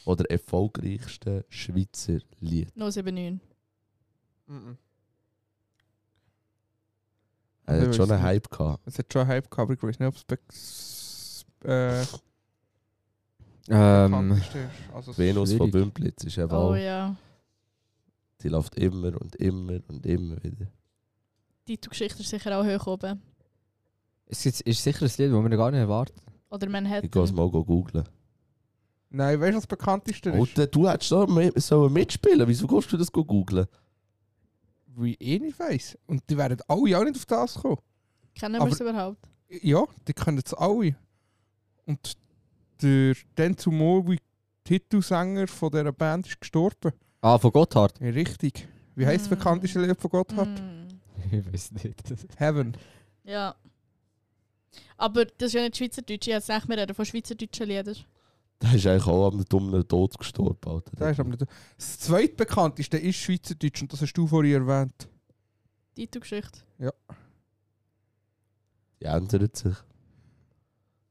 oder erfolgreichste Schweizer Lied? 079. Er hat Ich schon weiss einen Hype gehabt. Es hat schon einen Hype gehabt, aber ich weiß nicht, ob es Becks. Äh, Ähm, bekannteste ist. Also, es- Venus von schwierig. Bümplitz ist eben Oh auch, ja. die läuft immer und immer und immer wieder. Die Geschichte ist sicher auch hoch oben. es ist, ist sicher ein Lied, das wir gar nicht erwarten. Oder Ich gehe es Manhattan. mal googlen. Nein, weißt du, was das bekannteste ist? Oder du hättest doch mi- sollen mitspielen. Wieso gehst du das go googlen? Wie ich nicht weiss. Und die werden alle auch nicht auf das kommen. Kennen wir Aber- es überhaupt? Ja, die können es alle. Und der Denzel Mowi, Titelsänger von dieser Band, ist gestorben. Ah, von Gotthard. Ja, Richtig. Wie heisst das Mm. bekannteste Lied von Gotthard? Mm. ich weiß nicht. Heaven. Ja. Aber das ist ja nicht Schweizerdeutsch. Ich hätte es nicht mehr reden von Schweizerdeutschen Liedern. Der ist eigentlich auch am dummen Tod gestorben. Alter. Das, ist aber nicht. das zweitbekannteste ist Schweizerdeutsch und das hast du vorhin erwähnt. Die Geschichte. Die ändert sich.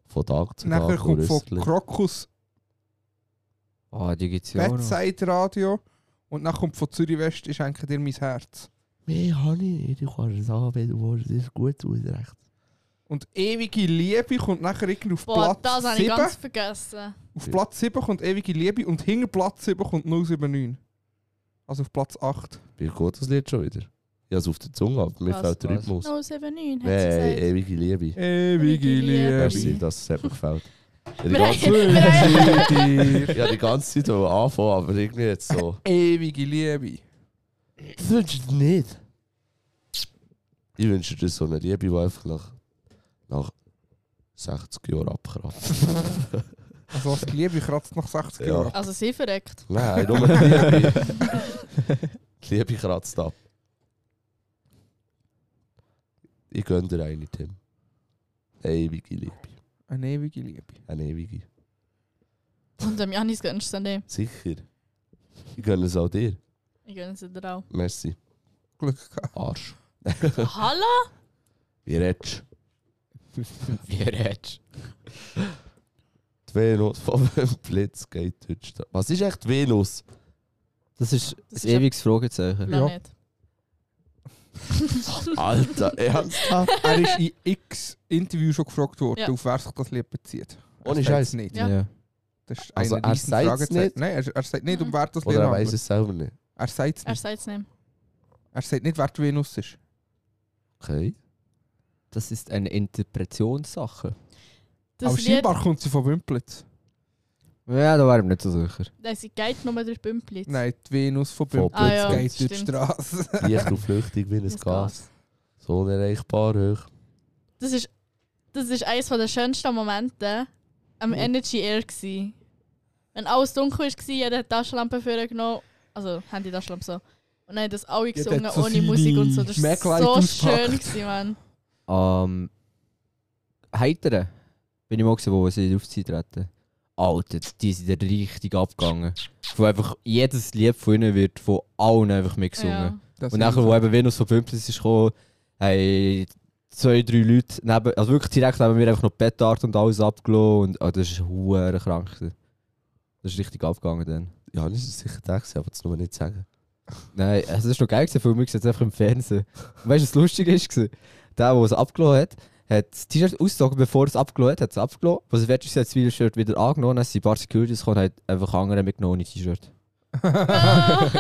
Von Tag zu Nachher Tag. kommt von grösserlich. Krokus Ah, die gibt es ja auch noch. Bedside Radio und nachher kommt von Zürich West «Ich schenke dir mein Herz». Mehr habe ich nicht. Ich kann es an, wenn du willst. Es ist gut ausrecht. Und «Ewige Liebe» kommt nachher irgendwie auf Boah, Platz das habe ich 7. ganz vergessen. Auf Platz 7 kommt «Ewige Liebe» und hinter Platz 7 kommt 079. Also auf Platz 8. Wie geht das Lied schon wieder? Ich habe es auf der Zunge, aber mir Was? fehlt der Was? Rhythmus. 079 Oh, hat sie Nein, gesagt. ewige Liebe. «Ewige Liebe. Liebe». Merci, das hat mir gefällt. Ich habe die Wir ganze- Wünsche ich habe die ganze Zeit wollte anfangen, aber irgendwie jetzt so. «Ewige Liebe». Das wünsche ich dir nicht. Ich wünsche dir so eine Liebe, die einfach nach, nach 60 Jahren abkratzt. Also was die Liebe kratzt nach 60 Ja. Jahren. Also sie verreckt. Nein, nur die Liebe. die Liebe kratzt ab. Ich gönne dir eine, Tim. Eine ewige Liebe. Eine ewige Liebe. Eine ewige. Und dem Janis gönnst du es nicht. Sicher. Ich gönne es auch dir. Ich gönne es dir auch. Merci. Glück gehabt. Arsch. Hallo? Wie redest Wie redest du? Die Venus von dem Blitz geht heute. sta- Was ist echt die Venus? Das ist Das ein ist ewiges Fragezeichen. Noch Ja. nicht. Alter, ernsthaft? Er ist in x Interviews schon gefragt worden, Ja. auf wer sich das Lied bezieht. Er Ohne sagt's Scheiß. nicht. Ja. Das ist Also eine er riesen sagt's Fragezeichen. nicht? Nein, er, er sagt nicht, um Mhm. wer das Lied Oder er weiß handelt. es selber nicht. Er sagt es Er nicht. sagt es nicht. Er sagt nicht, wer die Venus ist. Okay. Das ist eine Interpretationssache. Das Aber Lied, scheinbar kommt sie von Bümplitz. Ja, da wäre ich mir nicht so sicher. nein, sie geht nur durch Bümplitz. Nein, die Venus von Von Bümplitz Ah, ja, geht durch die stimmt. Straße. Dicht und flüchtig wie ein Das Gas. Gas. So unerreichbar hoch. Das ist, das ist eines der schönsten Momente am Ja. Energy Air. Gewesen. Wenn alles dunkel war, jeder hat Taschenlampe vorgenommen. Also Handy-Taschenlampe so. Und dann haben das alle Jeder gesungen, hat so ohne seine Musik und so. Das war Maglite so ausgepackt. schön, gewesen, Mann. Ähm, heitere. Bin ich mal gesehen, wo sie aufziehen treten. Alter, die sind richtig abgegangen. Wo einfach jedes Lied von ihnen wird von allen einfach mitgesungen. Ja. Das Und ist nachher, wo eben Venus von Pimples ist gekommen, haben zwei, drei Leute neben, also wirklich direkt neben mir einfach noch die Bettart und alles abgelassen. Und, oh, das ist hure krank. gewesen. Das ist richtig abgegangen dann. Ja, das ist sicher der, gewesen, aber das nur nicht sagen. Nein, also das ist noch geil gewesen, weil wir sehen es einfach im Fernsehen. Und weißt du, was lustig ist? gewesen? Der, der es abgelassen hat, hat das T-Shirt ausgezogen, bevor es abgelassen hat, hat es abgelassen. Was es fertig ist, hat das Video-Shirt wieder angenommen, dann sind ein paar Securities gekommen und hat einfach andere mitgenommen ohne T-Shirt. Ah.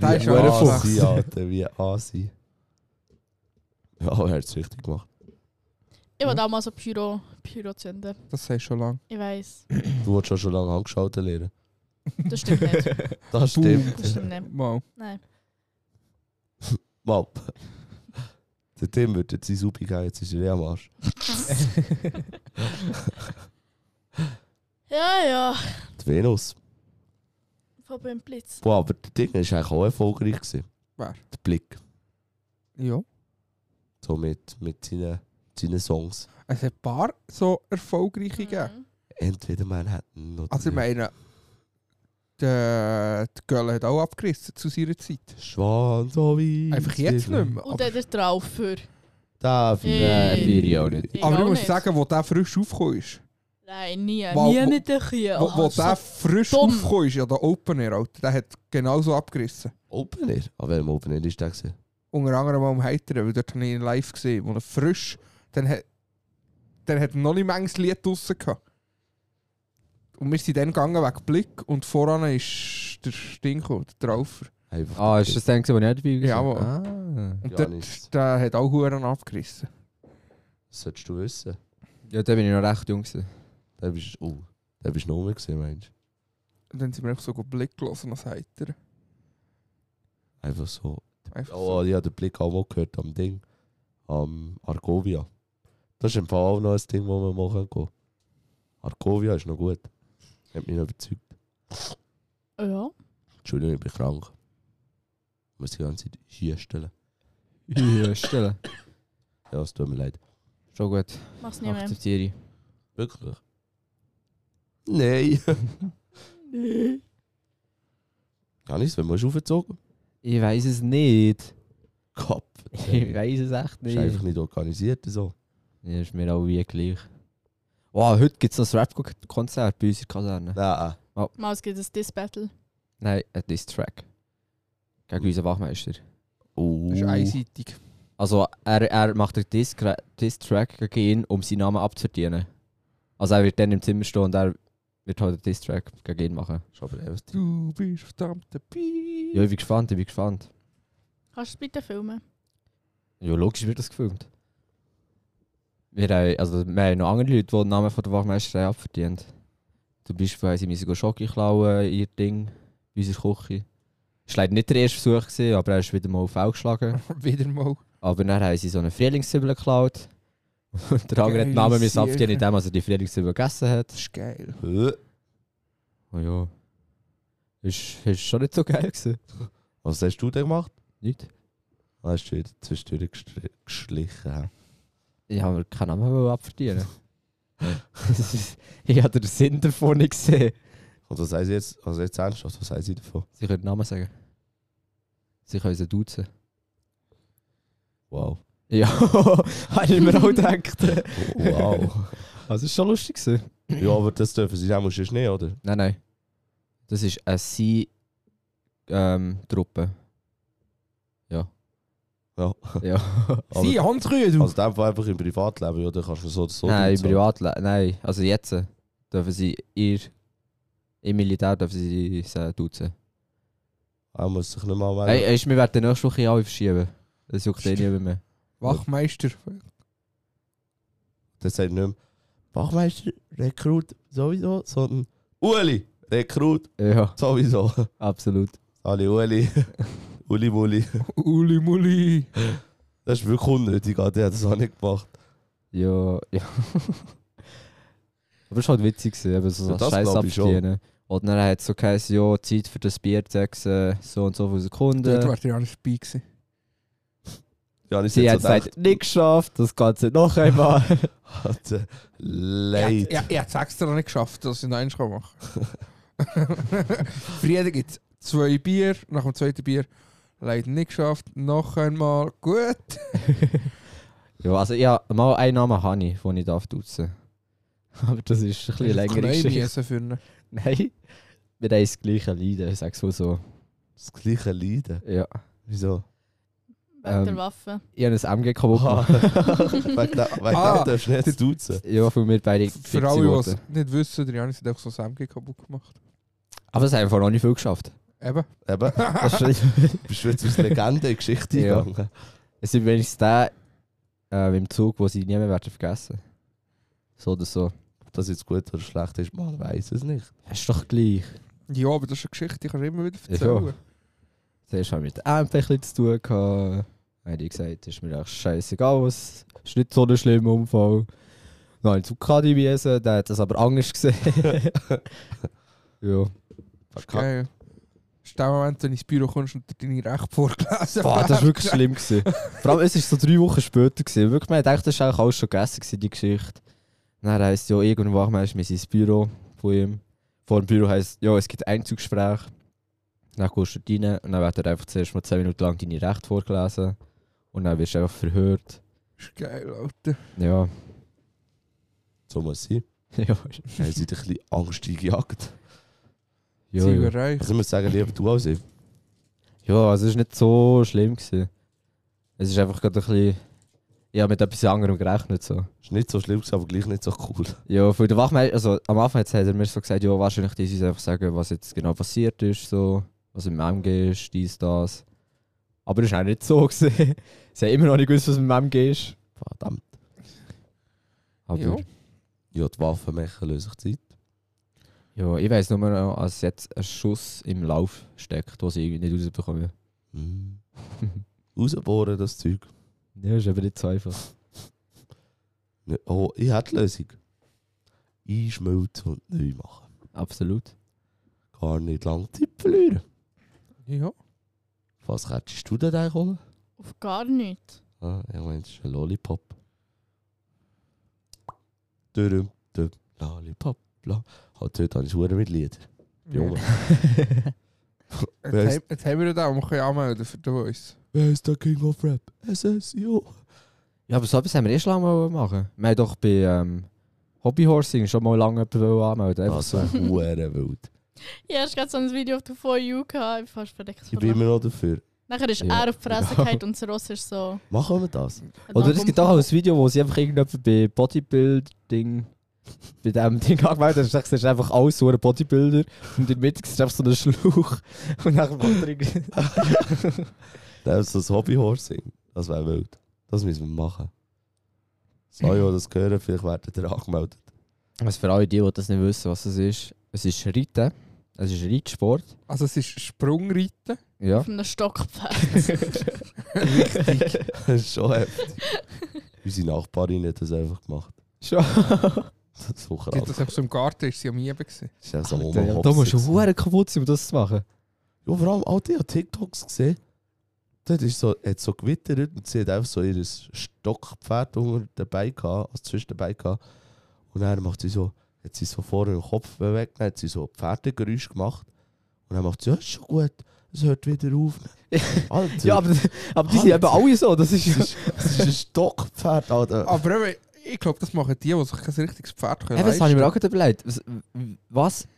Der ist Wie schon ein ein Fuchs. Fuchs. Asi, Alter, wie ein Asi. Ja, aber er hat es richtig gemacht. Ich wollte auch mal so Pyro, Pyro zünden. Das sei schon lange. Ich weiß. Du wolltest schon schon lange angeschaltet lernen. Das stimmt nicht. Das stimmt. Das stimmt nicht. Mal. Nein. Mal. Der Tim wird jetzt sein Supi geben, jetzt ist er eh am Arsch. Ja, ja. Die Venus. Von beim Blitz. Boah, aber der Ding ist eigentlich auch erfolgreich gewesen. Wer? Der Blick. Ja. So mit, mit seinen, seinen Songs. Es hat ein paar so erfolgreiche gegeben. Mhm. Entweder Manhattan oder... Also ich meine, der die Girl hat auch abgerissen zu seiner Zeit. Schwan so wie... Einfach jetzt nicht mehr. Und Aber, dann der drauf für. Darf ich Nein, Äh, nicht. vier Jahre nicht. Ich aber ich auch muss nicht. sagen, wo der frisch aufgekommen ist. Nein, nie. Wo- nie wo- mit den Kühen. wo wo Ah, so der frisch dumm. aufgekommen ist, ja der Open Air, Alter, der hat genauso abgerissen. Opener? An welchem Opener ist der gewesen? Unter anderem am Heiteren, weil dort habe ich ihn live gesehen, wo er frisch, dann hat, dann hat er noch nicht manches Lied draussen gehabt. Und wir sind dann gegangen wegen Blick und voran ist der Stinko, der Traufer. Einfach Ah, der ist das dann, gewesen, wo ich nicht dabei war? Jawohl. Ah. Und Ja, nice. dort, der hat auch Huren abgerissen. Das solltest du wissen. Ja, da bin ich noch recht jung. Gewesen. Da bist du... Oh, da bist du noch mehr gewesen, meinst du? Und dann sind wir einfach so gut Blick gelassen als Heiter. Einfach so... Einfach Oh, so. ich habe den Blick auch mal gehört am Ding. Am Argovia. Das ist im Fall auch noch ein Ding, wo wir machen können. Argovia ist noch gut. Hat mich noch überzeugt. Ah Ja. Entschuldigung, ich bin krank. Ich muss die ganze Zeit hier stellen. Ja, stellen. Ja, es tut mir leid. Schon gut. Mach's nicht mehr. Akzeptiere ich. Wirklich? Nein. Nee. Gar nichts, wenn man ist aufgezogen. Ich weiß es nicht. Kopf. Ich weiß es echt Ist nicht. einfach nicht organisiert so. Ja, ist mir auch wie gleich. Wow, heute gibt es noch ein Rap-Konzert bei uns in der Kaserne. Nein. Mal, es gibt ein Diss-Battle. Nein, ein Diss-Track. Gegen unseren Wachmeister. Oh. Das ist einseitig. Also, er, er macht einen Diss-Gra- Diss-Track gegen ihn, um seinen Namen abzuverdienen. Also, er wird dann im Zimmer stehen und er wird halt einen Diss-Track gegen ihn machen. Ist aber eben Du bist verdammt dabei. Ja, ich bin gespannt, ich bin gespannt. Kannst du es bitte filmen? Ja, logisch wird das gefilmt. Wir haben, also, wir haben noch andere Leute, die den Namen von der Wachmeisterei abverdient. Zum Beispiel haben sie müssen Schocke klauen, ihr Ding, in unserer Küche. Es war leider nicht der erste Versuch, gewesen, aber er ist wieder mal auf Fell geschlagen. Wieder mal. Aber dann haben sie so eine Frühlingszwiebel geklaut. Und der andere hat den Namen Geile müssen abverdienen, Siege. indem er also die Frühlingszwiebel gegessen hat. Das ist geil. Äh, Oh ja. Ist, ist schon nicht so geil gewesen. Was hast du denn gemacht? Nicht? Ah, hast du wieder zwischendurch gestr- geschlichen. hä? Ich habe mir keinen Namen wollen abverdienen. ich hatte den Sinn davon nicht gesehen. Und was heißt jetzt, also jetzt ernsthaft, was heißt sie davon? Sie können Namen sagen. Sie können sie duzen. Wow. Ja, habe ich mir auch gedacht. Oh, Wow. Also, es war schon lustig. Gewesen. ja, aber das dürfen sie auch sonst nicht, oder? Nein, nein. Das ist eine ähm, Sie-Truppe. Ja. ja. Aber, Sie, Handkühe, du. also in dem Fall einfach im Privatleben, oder? Kannst du so oder so nein, im duzen. Privatleben. Nein, also jetzt äh, dürfen sie ihr. Im Militär dürfen sie sie duzen. Er Ah, muss sich nicht mal melden. Hey, hey, wir werden nächste Woche alle verschieben. Das juckt eh niemand mehr. Wachmeister. Das sagt nicht mehr Wachmeister, Rekrut sowieso, sondern Uli, Rekrut Ja, sowieso. absolut. Alle Uli. Uli Muli. Uli Muli. Das ist wirklich unnötig, Alter. Ich hätte das auch nicht gemacht. Ja, ja. Aber es war halt witzig, gewesen, eben so Ja, ja, das Scheiß glaub ich schon. abverdienen. Und dann hat es so geheißen, ja, Zeit für das Bier zu essen, so und äh, so viele Dort Sekunden. war der Janis Spee gewesen. Ja, ich Sie hat es halt nicht geschafft, das Ganze noch einmal. hat äh, Ja, leid. ja, ich habe es extra nicht geschafft, dass ich noch eins machen kann. Frieden gibt es zwei Bier, nach dem zweiten Bier leider nicht geschafft, noch einmal gut. ja, also ja, mal einen Namen habe ich, den ich darf duzen. Aber das ist ein bisschen längere Geschichte. Geschichte. Nein, wir haben das gleiche Leiden, sag's mal so. Das gleiche Leiden. Ja. Wieso? Mit der Ähm, Waffe. Ich habe ein MG kaputt Ah. gemacht. Wegen dem Ah, ah, darfst du nicht duzen. Ja, weil wir beide Für alle, die es nicht wissen, der Janis hat auch so ein Samge kaputt gemacht. Aber es haben einfach noch nicht viel geschafft. Eben. Eben, Das ist- bist du jetzt aus Legende in die Geschichte Ja. gegangen. es sind wenigstens der äh, im Zug, wo sie nie mehr werden vergessen. So oder so. Ob das jetzt gut oder schlecht ist, man weiß es nicht. Ist doch gleich. Ja, aber das ist eine Geschichte, die kannst du immer wieder Ja. erzählen. Zuerst haben wir mit der MP ein bisschen zu tun gehabt. Dann haben die gesagt, ist mir echt scheißegal, es ist nicht so ein schlimmer Unfall. Dann habe ich zu Kadi wiesen, der hat das aber anders gesehen. ja. Geil. Das ist der Moment, wenn du ins Büro kommst und dir deine Rechte vorgelesen Boah, das war werden. wirklich schlimm. Gewesen. Vor allem, es war so drei Wochen später. Gewesen. Wirklich, man hat gedacht, das war eigentlich alles schon gegessen, gewesen, die Geschichte. Dann heisst ja, irgendwann wach ist mir sein Büro von ihm. Vor dem Büro heisst ja, es gibt Einzugsgespräch. Dann gehst du rein und dann wird dir einfach zuerst mal 10 Minuten lang deine Rechte vorgelesen. Und dann wirst du einfach verhört. Ist geil, Alter. Ja. So muss es sein. ja. Dann haben sie dich ein bisschen Angst eingejagt. Ja, ja. Zielerei. Also ich muss sagen, lieber du als ich. ja, also es war nicht so schlimm. Gewesen. Es ist einfach gerade ein bisschen. Ich habe mit etwas anderem gerechnet. So. Ist nicht so schlimm, gewesen, aber gleich nicht so cool. Ja, für den Wachmeister, also am Anfang hat er mir so gesagt, ja, wahrscheinlich die uns einfach sagen, was jetzt genau passiert ist, so, was im MG ist, dies, das. Aber das war auch nicht so. gewesen. Sie haben immer noch nicht gewusst, was im MG ist. Verdammt. Aber Ja. ja, Ja, die Waffenmecher lösen sich die Zeit. ich weiß nur noch, als jetzt ein Schuss im Lauf steckt, den sie irgendwie nicht rausbekommen. Mhm. Rausbohren, das Zeug. Ja, ist aber nicht so einfach. Ne- Oh, ich hätte die Lösung. Einschmelzen und neu machen. Absolut. Gar nicht lange Zeit verlieren. Ja. Was hättest du denn eigentlich holen? Auf gar nichts. Ah, ich meine, das ist ein Lollipop. Dürüm, dürüm, Lollipop, la. Halt, heute habe ich Huren mit Liedern. Junge. Jetzt, Wer ist- haben, jetzt haben wir den auch, wir können anmelden für den Voice. Wer ist der King of Rap? SSIO. Ja, aber so etwas haben wir erst lange mal machen. Wir haben doch bei ähm, Hobbyhorsing schon mal lange jemanden anmelden. Einfach Das so. war Huren wild. Ich habe gerade so ein Video auf der For You gehabt. Ich fast verdeckt. Ich bin immer noch dafür. Nachher ist Ja. er auf die Fresse gefallen und das Ross ist so. Machen wir das? hat Oder dann es gibt auch ein Video, wo sie einfach irgendjemand bei Bodybuilding bei diesem Ding angemeldet hat. Das ist einfach alles so ein Bodybuilder und in der Mitte ist einfach so ein Schlauch und dann macht er irgendwie... Das ist das Hobbyhorsing. Das wäre wild. Das müssen wir machen. So, ja, das hören, vielleicht werdet ihr angemeldet. Also für alle die, die das nicht wissen, was es ist. Es ist Reiten. Es ist Reitsport. Also es ist Sprungreiten. Ja. Auf einem Stockpferd. Das ist schon heftig. Unsere Nachbarin hat das einfach gemacht. Schon. Das ist so krass. Sie hat das einfach so im Garten, ist sie am Lieben gewesen. Das ist ja Also, so Oma Alter, ja, da Hopsi musst du gewesen. verdammt kaputt sein, um das zu machen. Ja, vor allem, Alter, ich habe TikToks gesehen. Dort ist so, hat so gewittert und sie hat einfach so ihr Stockpferd unter dabei gehabt, also zwischen dabei gehabt. Und dann macht sie so, hat sie so vorne den Kopf bewegt, dann hat sie so Pferdegeräusch gemacht. Und dann macht sie, ja, ist schon gut, es hört wieder auf. Alter, Ja, aber, aber die sind eben alle so. Das das, ist... ist, das ist ein Stockpferd, Äh. Alter. Aber eben, ich glaube, das machen die, die sich kein richtiges Pferd können. Eben, das habe leisten. ich mir auch gerade überlegt. Was, was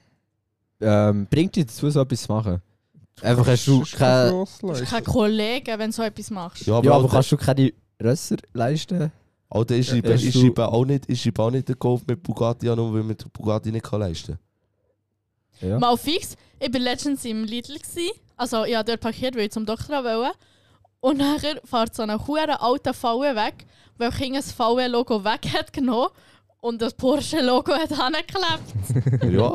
ähm, bringt dich dazu, so etwas zu machen? Einfach hast du Sonst keine... kannst du Du es bist lesen. kein Kollege, wenn du so etwas machst. ja, aber, Ja, aber Alter, kannst du keine Rösser leisten? Alter, ich schreibe, Ja, ich hast du- schreibe auch nicht, ich schreibe auch nicht den Kauf mit Bugatti an, nur weil man den Bugatti nicht kann leisten Ja. Mal fix. Ich war letztens im Lidl. Gewesen. Also, ich habe dort parkiert, weil ich zum Doktor wollte. Und nachher fährt so eine hohe alte VW weg, weil King das VW-Logo weg hat genommen und das Porsche-Logo hat angeklebt. kann. ja,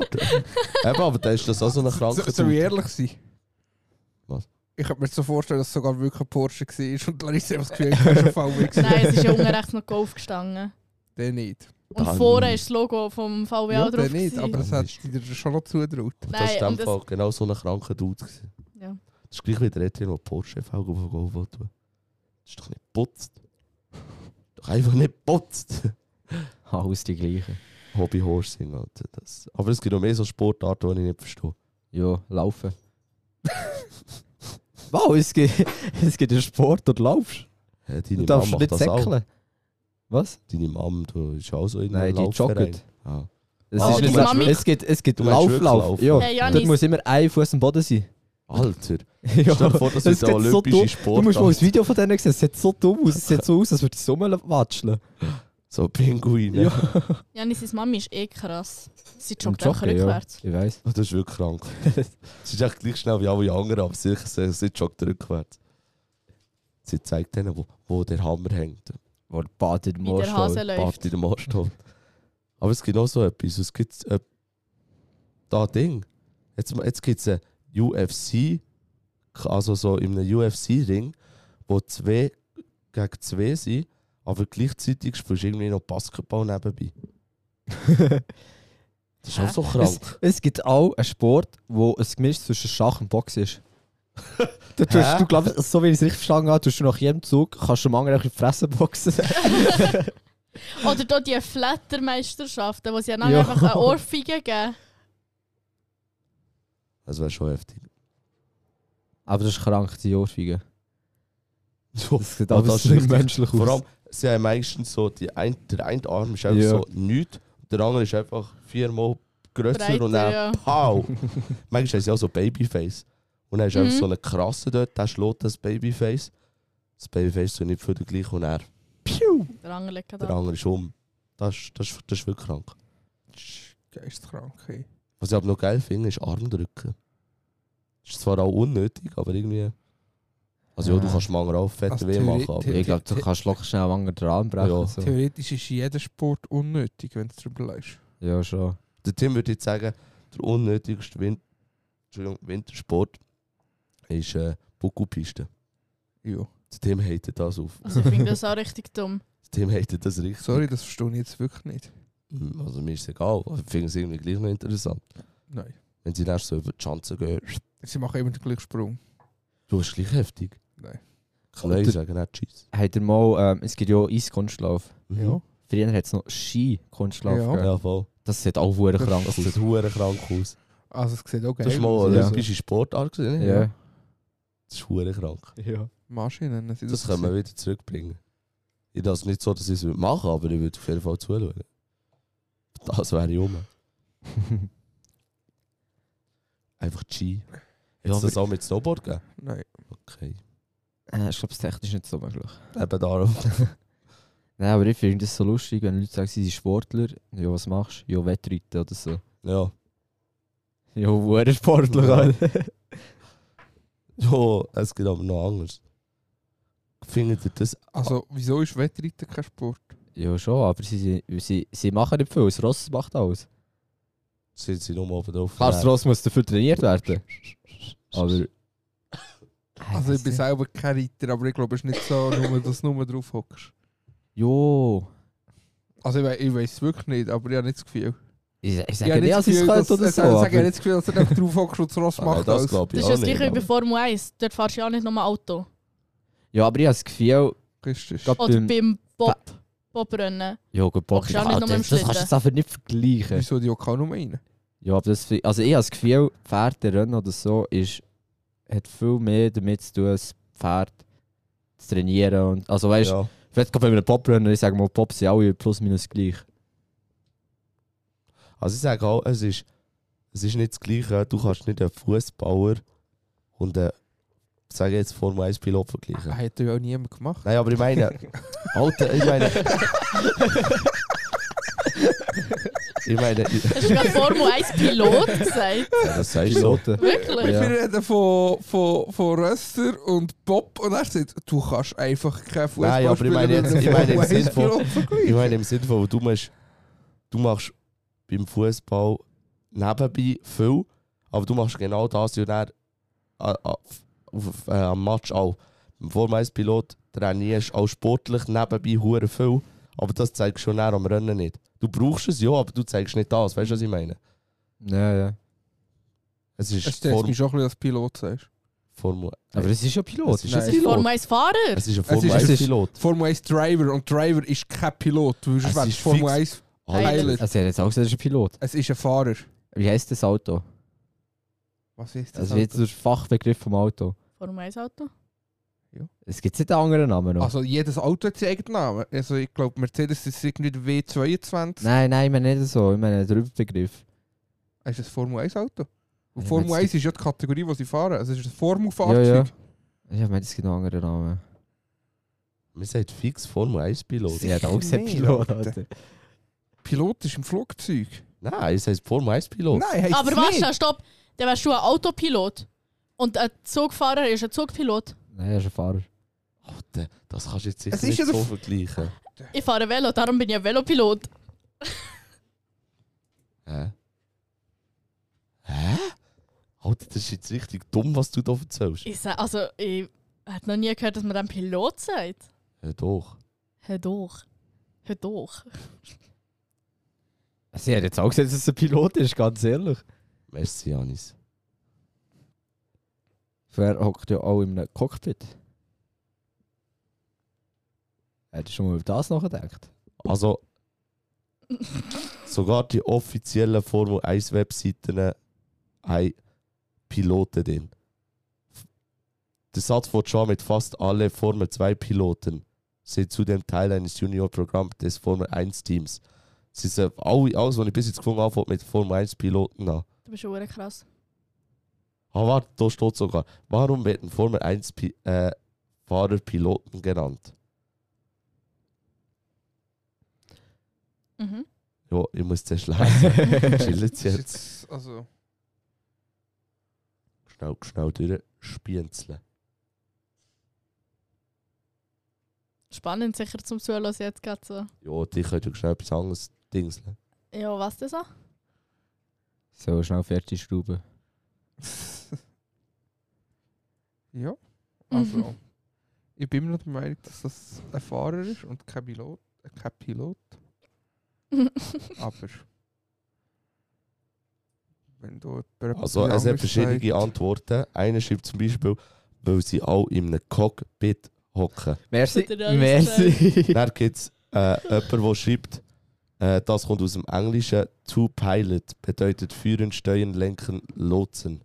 da- eben, aber da ist das auch so eine So- kranke Soll ich ehrlich sein? Was? Ich könnte mir so vorstellen, dass es sogar wirklich ein Porsche war und Larissa hat das Gefühl, ich wäre schon VW gewesen. Nein, es ist ja unten rechts noch Golf gestanden. Der nicht. Und Dann- vorne ist das Logo vom VW Ja, auch drauf. der nicht, gewesen. aber das hat dir schon noch zutraut. Das Nein, war in und dem das, Fall genau so ein kranker Dude. gewesen. Ja. Das ist gleich wie der Etienne, der Porsche-Felgen auf den Golf tun Das ist doch nicht putzt. Doch einfach nicht putzt. Alles Ah, die gleichen. Hobby Horsing, Alter. Das. Aber es gibt noch mehr so Sportarten, die ich nicht verstehe. Ja, laufen. wow, es gibt, es gibt einen Sport, dort laufst du. Hä, deine Du Mama darfst macht nicht das auch. säckeln. Was? Deine Mama, du bist auch so in Nein, einem die Laufverein. joggen. Ah. Es, Ah, ist deine nicht, Mami- es gibt, es gibt Du meinst Lauflauf. wirklich Lauf. laufen? Ja, Hey, dort Janis, muss immer ein Fuß am Boden sein. Alter, ja, stell dir vor, es das ist der sieht so olympische dumm. Sport. Du musst mal das Video von denen sehen, es sieht so dumm aus, es sieht so aus, als würde es rumwatscheln. So Pinguine. Ja. Janis, seine Mami ist eh krass. Sie Im joggt einfach Joggen, ja. rückwärts. Ich weiß. Das ist wirklich krank. Es ist echt gleich schnell wie alle anderen, aber sicher sie- sie joggt rückwärts. Sie zeigt denen, wo, wo der Hammer hängt. Wo der Bad in den Wie Morsch der Hase holt. läuft. Bart in den Mast holt. Aber es gibt auch so etwas. Es gibt äh, da Ding. Jetzt, jetzt gibt es ein UFC, also so in einem UFC-Ring, wo zwei gegen zwei sind, aber gleichzeitig spielst du irgendwie noch Basketball nebenbei. Das ist auch so krank. Es gibt auch einen Sport, wo ein Gemisch zwischen Schach und Boxen ist. da Hä? tust du, glaub, ich, so wie ich es richtig verstanden habe, tust du nach jedem Zug, kannst du dem anderen in die Fresse boxen. Oder da die Flattermeisterschaften, wo sie dann Ja. einfach eine Ohrfeige geben. Das wäre schon heftig. Aber das ist krank, die Ohrfeige. So, Das sieht oh, alles das ist nicht richtig. menschlich aus. Vor allem, sie haben meistens so, die ein, der eine Arm ist einfach Ja. so nichts, der andere ist einfach viermal grösser und Breiter, dann ja. pow. Manchmal haben sie auch so Babyface. Und dann hast du einfach Mhm. so einen krassen dort, der schlägt das Babyface. Das Babyface ist nicht für den gleichen und er, Der andere liegt der da. andere ist um. Das, ist- das, ist- das ist wirklich krank. Geisteskrank, hey. Was ich aber noch geil finde, ist Armdrücken. Ist zwar auch unnötig, aber irgendwie. Also ja, Ja. du kannst Manger auch fett Also weh machen, aber theoretisch- ich glaube, du kannst locker schnell am anderen dran brechen. Ja. und So. Theoretisch ist jeder Sport unnötig, wenn es drüber läuft. ja, schon. der Tim würde jetzt sagen, der unnötigste Win Entschuldigung, Wintersport ist äh, Buckelpiste. Ja. Der Tim hatet das auf. Also ich finde das auch richtig dumm. Der Tim hatet das richtig. Sorry, das verstehe ich jetzt wirklich nicht. Mm, Also mir ist es egal. aber Ich finde es irgendwie gleich noch interessant. Nein. Wenn sie dann so über die Schanzen gehen, Sie machen immer den gleichen Sprung. du bist gleich heftig. Nein. Klein Der- sagen nicht Tschüss. Mhm. Habt ihr mal, ähm, es gibt ja auch Eiskunstlauf. Ja. Früher hat es noch Ski-Kunstlauf Ja. gegeben. Ja, voll. Das sieht auch verdammt Das- krank Das aus. sieht hure krank aus. Also es sieht auch geil Das ist mal eine Ja. olympische Sportart gesehen. Ja. Das ist hure krank. ja. Maschinen. sind Das können wir wieder zurückbringen. Ich das nicht so, dass ich es machen würde, aber ich würde auf jeden Fall zuschauen. Das wäre ich um. Einfach G. Ja, Hättest du das aber- auch mit Snowboard gegeben? Nein. Okay. Äh, ich glaube, es ist technisch nicht so möglich. Eben darum. Nein, aber ich finde das so lustig, wenn Leute sagen, sie sind Sportler. Ja, was machst du? Ja, Wettreiten oder so. Ja. Ja, wurde Sportler. Alter. Ja, es geht aber noch anders. Findet ihr das? Also wieso ist Wettreiten kein Sport? ja, schon, aber sie, sind- sie, sie machen nicht viel. Das Ross macht alles. Sind sie nur oben drauf? Klar, das Ross muss dafür trainiert werden. Aber. Also ich bin selber kein Reiter, aber ich glaube, es ist nicht so, nur, dass du nur drauf hockst. Jo. Also ich, we ich weiß es wirklich nicht, aber ich habe nicht das Gefühl. Ich, ich Ich sage habe nicht, das dass ich es Gefühl, könnte dass- oder ich so. sage- Ich habe aber- nicht das Gefühl, dass du nicht drauf hockst und das Ross Ah, Nein, macht. das alles. glaube Das ich ist auch das gleiche wie bei nicht. Formel 1. Dort fährst du ja nicht nur Auto. Ja, aber ich habe das Gefühl, Christus. Gott, Oder beim- beim Bob. Bobrennen. Ja, gut, Bock. Bockst du auch nicht nur mit dem das, das kannst du Schlitten? jetzt einfach nicht vergleichen. Wieso die auch keine Nummer rein? Ja, aber das, also ich habe das Gefühl, Pferderennen oder so ist, hat viel mehr damit zu tun, das Pferd zu trainieren. Und, also weißt du, Ja. vielleicht gerade bei einem Poprenner, ich sage mal, Pop sind alle plus minus gleich. Also ich sage auch, es ist, es ist nicht das gleiche. Du kannst nicht einen Fußbauer und einen, sage ich jetzt, Formel 1 Pilot vergleichen. Das hat ja auch niemand gemacht. Nein, aber ich meine. Alter, Halt, äh, ich meine. ich meine. Ich, Hast du gerade Formel 1 Pilot gesagt? ja, das sagst du. Wirklich? Wir Ja. reden von, von, von Rösser und Bob und er sagt, du kannst einfach kein Fußball Nein, aber ich spielen. meine wenn jetzt- du ich meine im Formel Sinn 1 von- Pilot vergleichst. Ich meine, im Sinne von, du machst, du machst beim Fußball nebenbei viel, aber du machst genau das ja dann äh, auf, auf, äh, am Match auch. Beim Formel-1-Pilot trainierst du auch sportlich nebenbei hure viel, aber das zeigst du schon dann am Rennen nicht. Du brauchst es ja, aber du zeigst nicht das. Weißt du, was ich meine? Ja, ja. Es ist Es stört mich schon ein bisschen, dass du Pilot sagst. Formel Aber es ist ja Pilot. ne? Es ist Nein. ein Das ist Pilot. Formel 1 Fahrer. Es ist ein Es Formel ist- 1 es ist- Pilot. Formel 1 Driver und Driver ist kein Pilot. Du Es wärst ist Formel fix. 1, Alter. Pilot. Also, er hat jetzt auch gesagt, er ist ein Pilot. es ist ein Fahrer. Wie heisst das Auto? Was ist das? Also, wie jetzt Alter? der Fachbegriff vom Auto? Formel 1 Auto. Es gibt nicht einen anderen Namen noch. also jedes Auto hat seinen eigenen Namen. Also ich glaube, Mercedes ist irgendwie der W22. Nein, nein, ich meine nicht so. Ich meine den Überbegriff. Ist das Formel 1 Auto? Und Ich Formel weiß 1 ist ja die Kategorie, die sie fahren. Also es ist ein Ja, Formelfahrzeug. ja. Ich meine, es gibt noch einen anderen Namen. Man sagt fix Formel 1 Pilot. Sie hat auch gesagt nicht, Pilot. Alter. Alter. Pilot ist im Flugzeug. Nein, es heißt Formel 1 Pilot. Nein, heisst Aber es warte, nicht. schnell, stopp. Dann wärst du ein Autopilot. Und ein Zugfahrer ist ein Zugpilot. Nein, er ist ein Fahrer. Alter, das kannst du jetzt Es sicher ist nicht ja der so F- vergleichen. Ich fahre Velo, darum bin ich ein Velopilot. Hä? Hä? Alter, das ist jetzt richtig dumm, was du da erzählst. Ich sag, also, ich hätte noch nie gehört, dass man dann Pilot sagt. Ja, doch. Hör doch. Hör doch. Sie hat jetzt auch gesagt, dass es ein Pilot ist, ganz ehrlich. Merci, Janis. Wer hockt ja auch in einem Cockpit? Hättest du schon mal über das nachgedacht? Also, sogar die offiziellen Formel 1 Webseiten haben Piloten drin. Der Satz fängt schon an mit fast alle Formel 2 Piloten sind zudem Teil eines Juniorprogramms des Formel 1 Teams. Sie sind alle, alles, was ich bis jetzt gefunden habe, fängt mit Formel 1 Piloten an. Du bist schon krass. Ah, warte, da steht sogar. Warum werden Formel 1 Pi äh, Fahrer Piloten genannt? Mhm. Ja, ich muss zuerst lesen. Chillt Das ist jetzt. jetzt, also, Schnell, schnell durch. Spienzeln. Spannend sicher zum Zuhören jetzt gerade so. Ja, die könnte schnell etwas anderes dingseln. Ja, was das an? So schnell fertig schrauben. ja. Also, Mhm. ich bin mir nicht der Meinung, dass das ein Fahrer ist und kein Pilot. äh, Kein Pilot. Aber. Wenn du jemand Also, etwas es hat anderes verschiedene sagt- Antworten. Einer schreibt zum Beispiel, weil sie alle in einem Cockpit hocken. Merci. Hat er alles Merci. Dann gibt es äh, jemanden, der schreibt, äh, das kommt aus dem Englischen, to pilot, bedeutet führen, steuern, lenken, lotsen.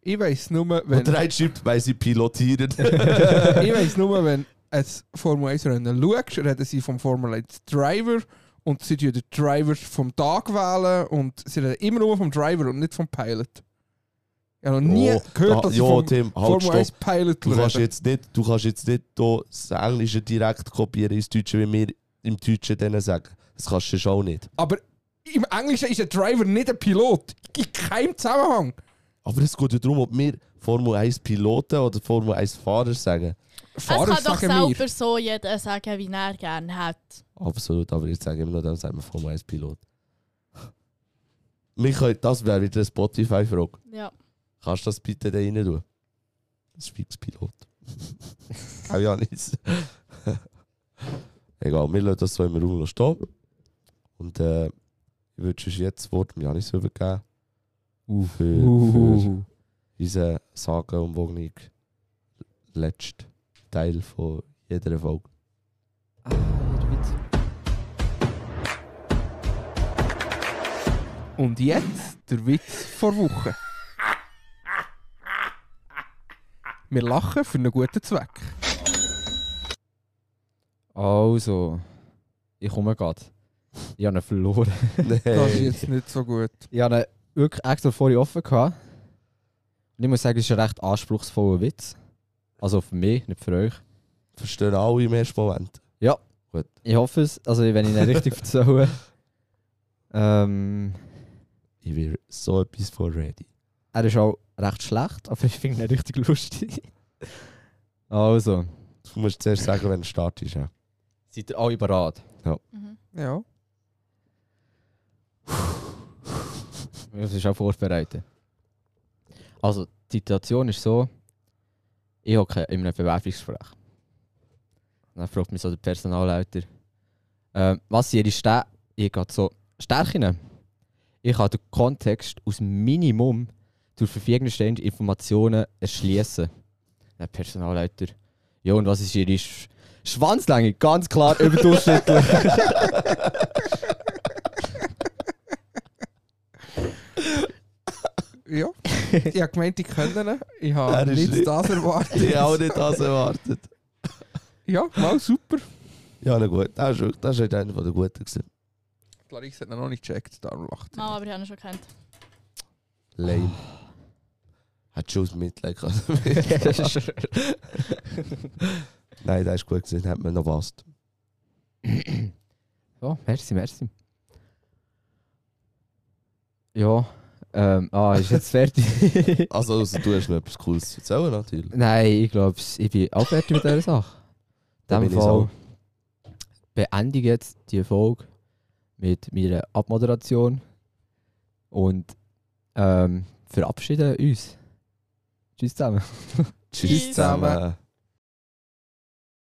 Ich weiß nur, wenn. Und der eine schreibt, weil sie pilotieren. Äh, ich weiß nur, wenn ein Formel 1 Rennen schaust, reden sie vom Formel 1 Driver und sie tun den Driver vom Tag wählen und sie reden immer nur vom Driver und nicht vom Pilot. Ich habe noch nie Oh, gehört, dass sie ja, vom Tim, halt, Formel 1 stopp. Pilot Du kannst reden. jetzt nicht, du kannst jetzt nicht da das Englische direkt kopieren ins Deutsche, wie wir im Deutschen denen sagen. Das kannst du schon auch nicht. Aber im Englischen ist ein Driver nicht ein Pilot. In keinem Zusammenhang. Aber es geht ja darum, ob wir Formel 1 Piloten oder Formel 1 Fahrer sagen. Fahrer es kann doch sagen selber wir. so jeder sagen, wie er gerne hat. Absolut, aber ich sage immer noch, dann sagt man Formel 1 Pilot. Mich könnte, das wäre wieder eine Spotify-Frage. Ja. Kannst du das bitte da rein tun? Das ist fix Pilot. Auch Janis. Egal, wir lassen das so im Raum noch stehen. Und äh, ich würde sonst jetzt das Wort dem Janis übergeben. Uh, Für, für uh. unseren Sagen und Wohnung. Letzten Teil von jeder Folge. Ah, der Witz. Und jetzt der Witz vor Woche. Wir lachen für einen guten Zweck. Also, ich komme gerade. Ich habe ihn verloren. Das ist Nein. jetzt nicht so gut. Ich habe ihn wirklich extra vorhin offen gehabt. Und ich muss sagen, es ist ein recht anspruchsvoller Witz. Also für mich, nicht für euch. Verstehen alle im ersten Moment. Ich hoffe es, also wenn ich ihn richtig erzähle. Ähm, Ich wäre so etwas von ready. er ist auch recht schlecht, aber ich finde ihn richtig lustig. Also, Du musst zuerst sagen, wenn der Start ist. Ja. seid ihr alle bereit? Mhm. Ja. Das ist auch vorbereitet. Also, die Situation ist so: Ich hocke in einem Bewerbungsgespräch. Dann fragt mich so der Personalleiter, ähm, was sind Ihre Stär ich gehe so Stärken? Ich habe den Kontext aus Minimum durch Verfügung stehende Informationen erschließen. Der Personalleiter. Ja, und was ist ihre Sch Schwanzlänge? Ganz klar überdurchschnittlich. Ja. Ich habe gemeint, ich könnte ihn. Ich Er habe ist nicht nicht- das erwartet. Ich habe auch nicht das erwartet. Ja, mal super. Ja, na gut. Das ist wirklich- das ist halt einer der Guten. gewesen. Clarisse hat ihn noch nicht gecheckt, darum lacht Mal, er. aber ich habe ihn schon kennt. Lame. Hat schon aus Mitleid gehabt. Nein, das ist gut gewesen. Hat mir noch was. ja, merci, merci. Ja, ähm, ah, ist jetzt fertig. Also, also du hast noch etwas Cooles zu erzählen, natürlich. Nein, ich glaube, ich bin auch fertig mit dieser Sache. Da In bin diesem ich Fall so. beende ich jetzt die Folge mit meiner Abmoderation und ähm, verabschieden uns. Tschüss zusammen. Tschüss Tschüss zusammen.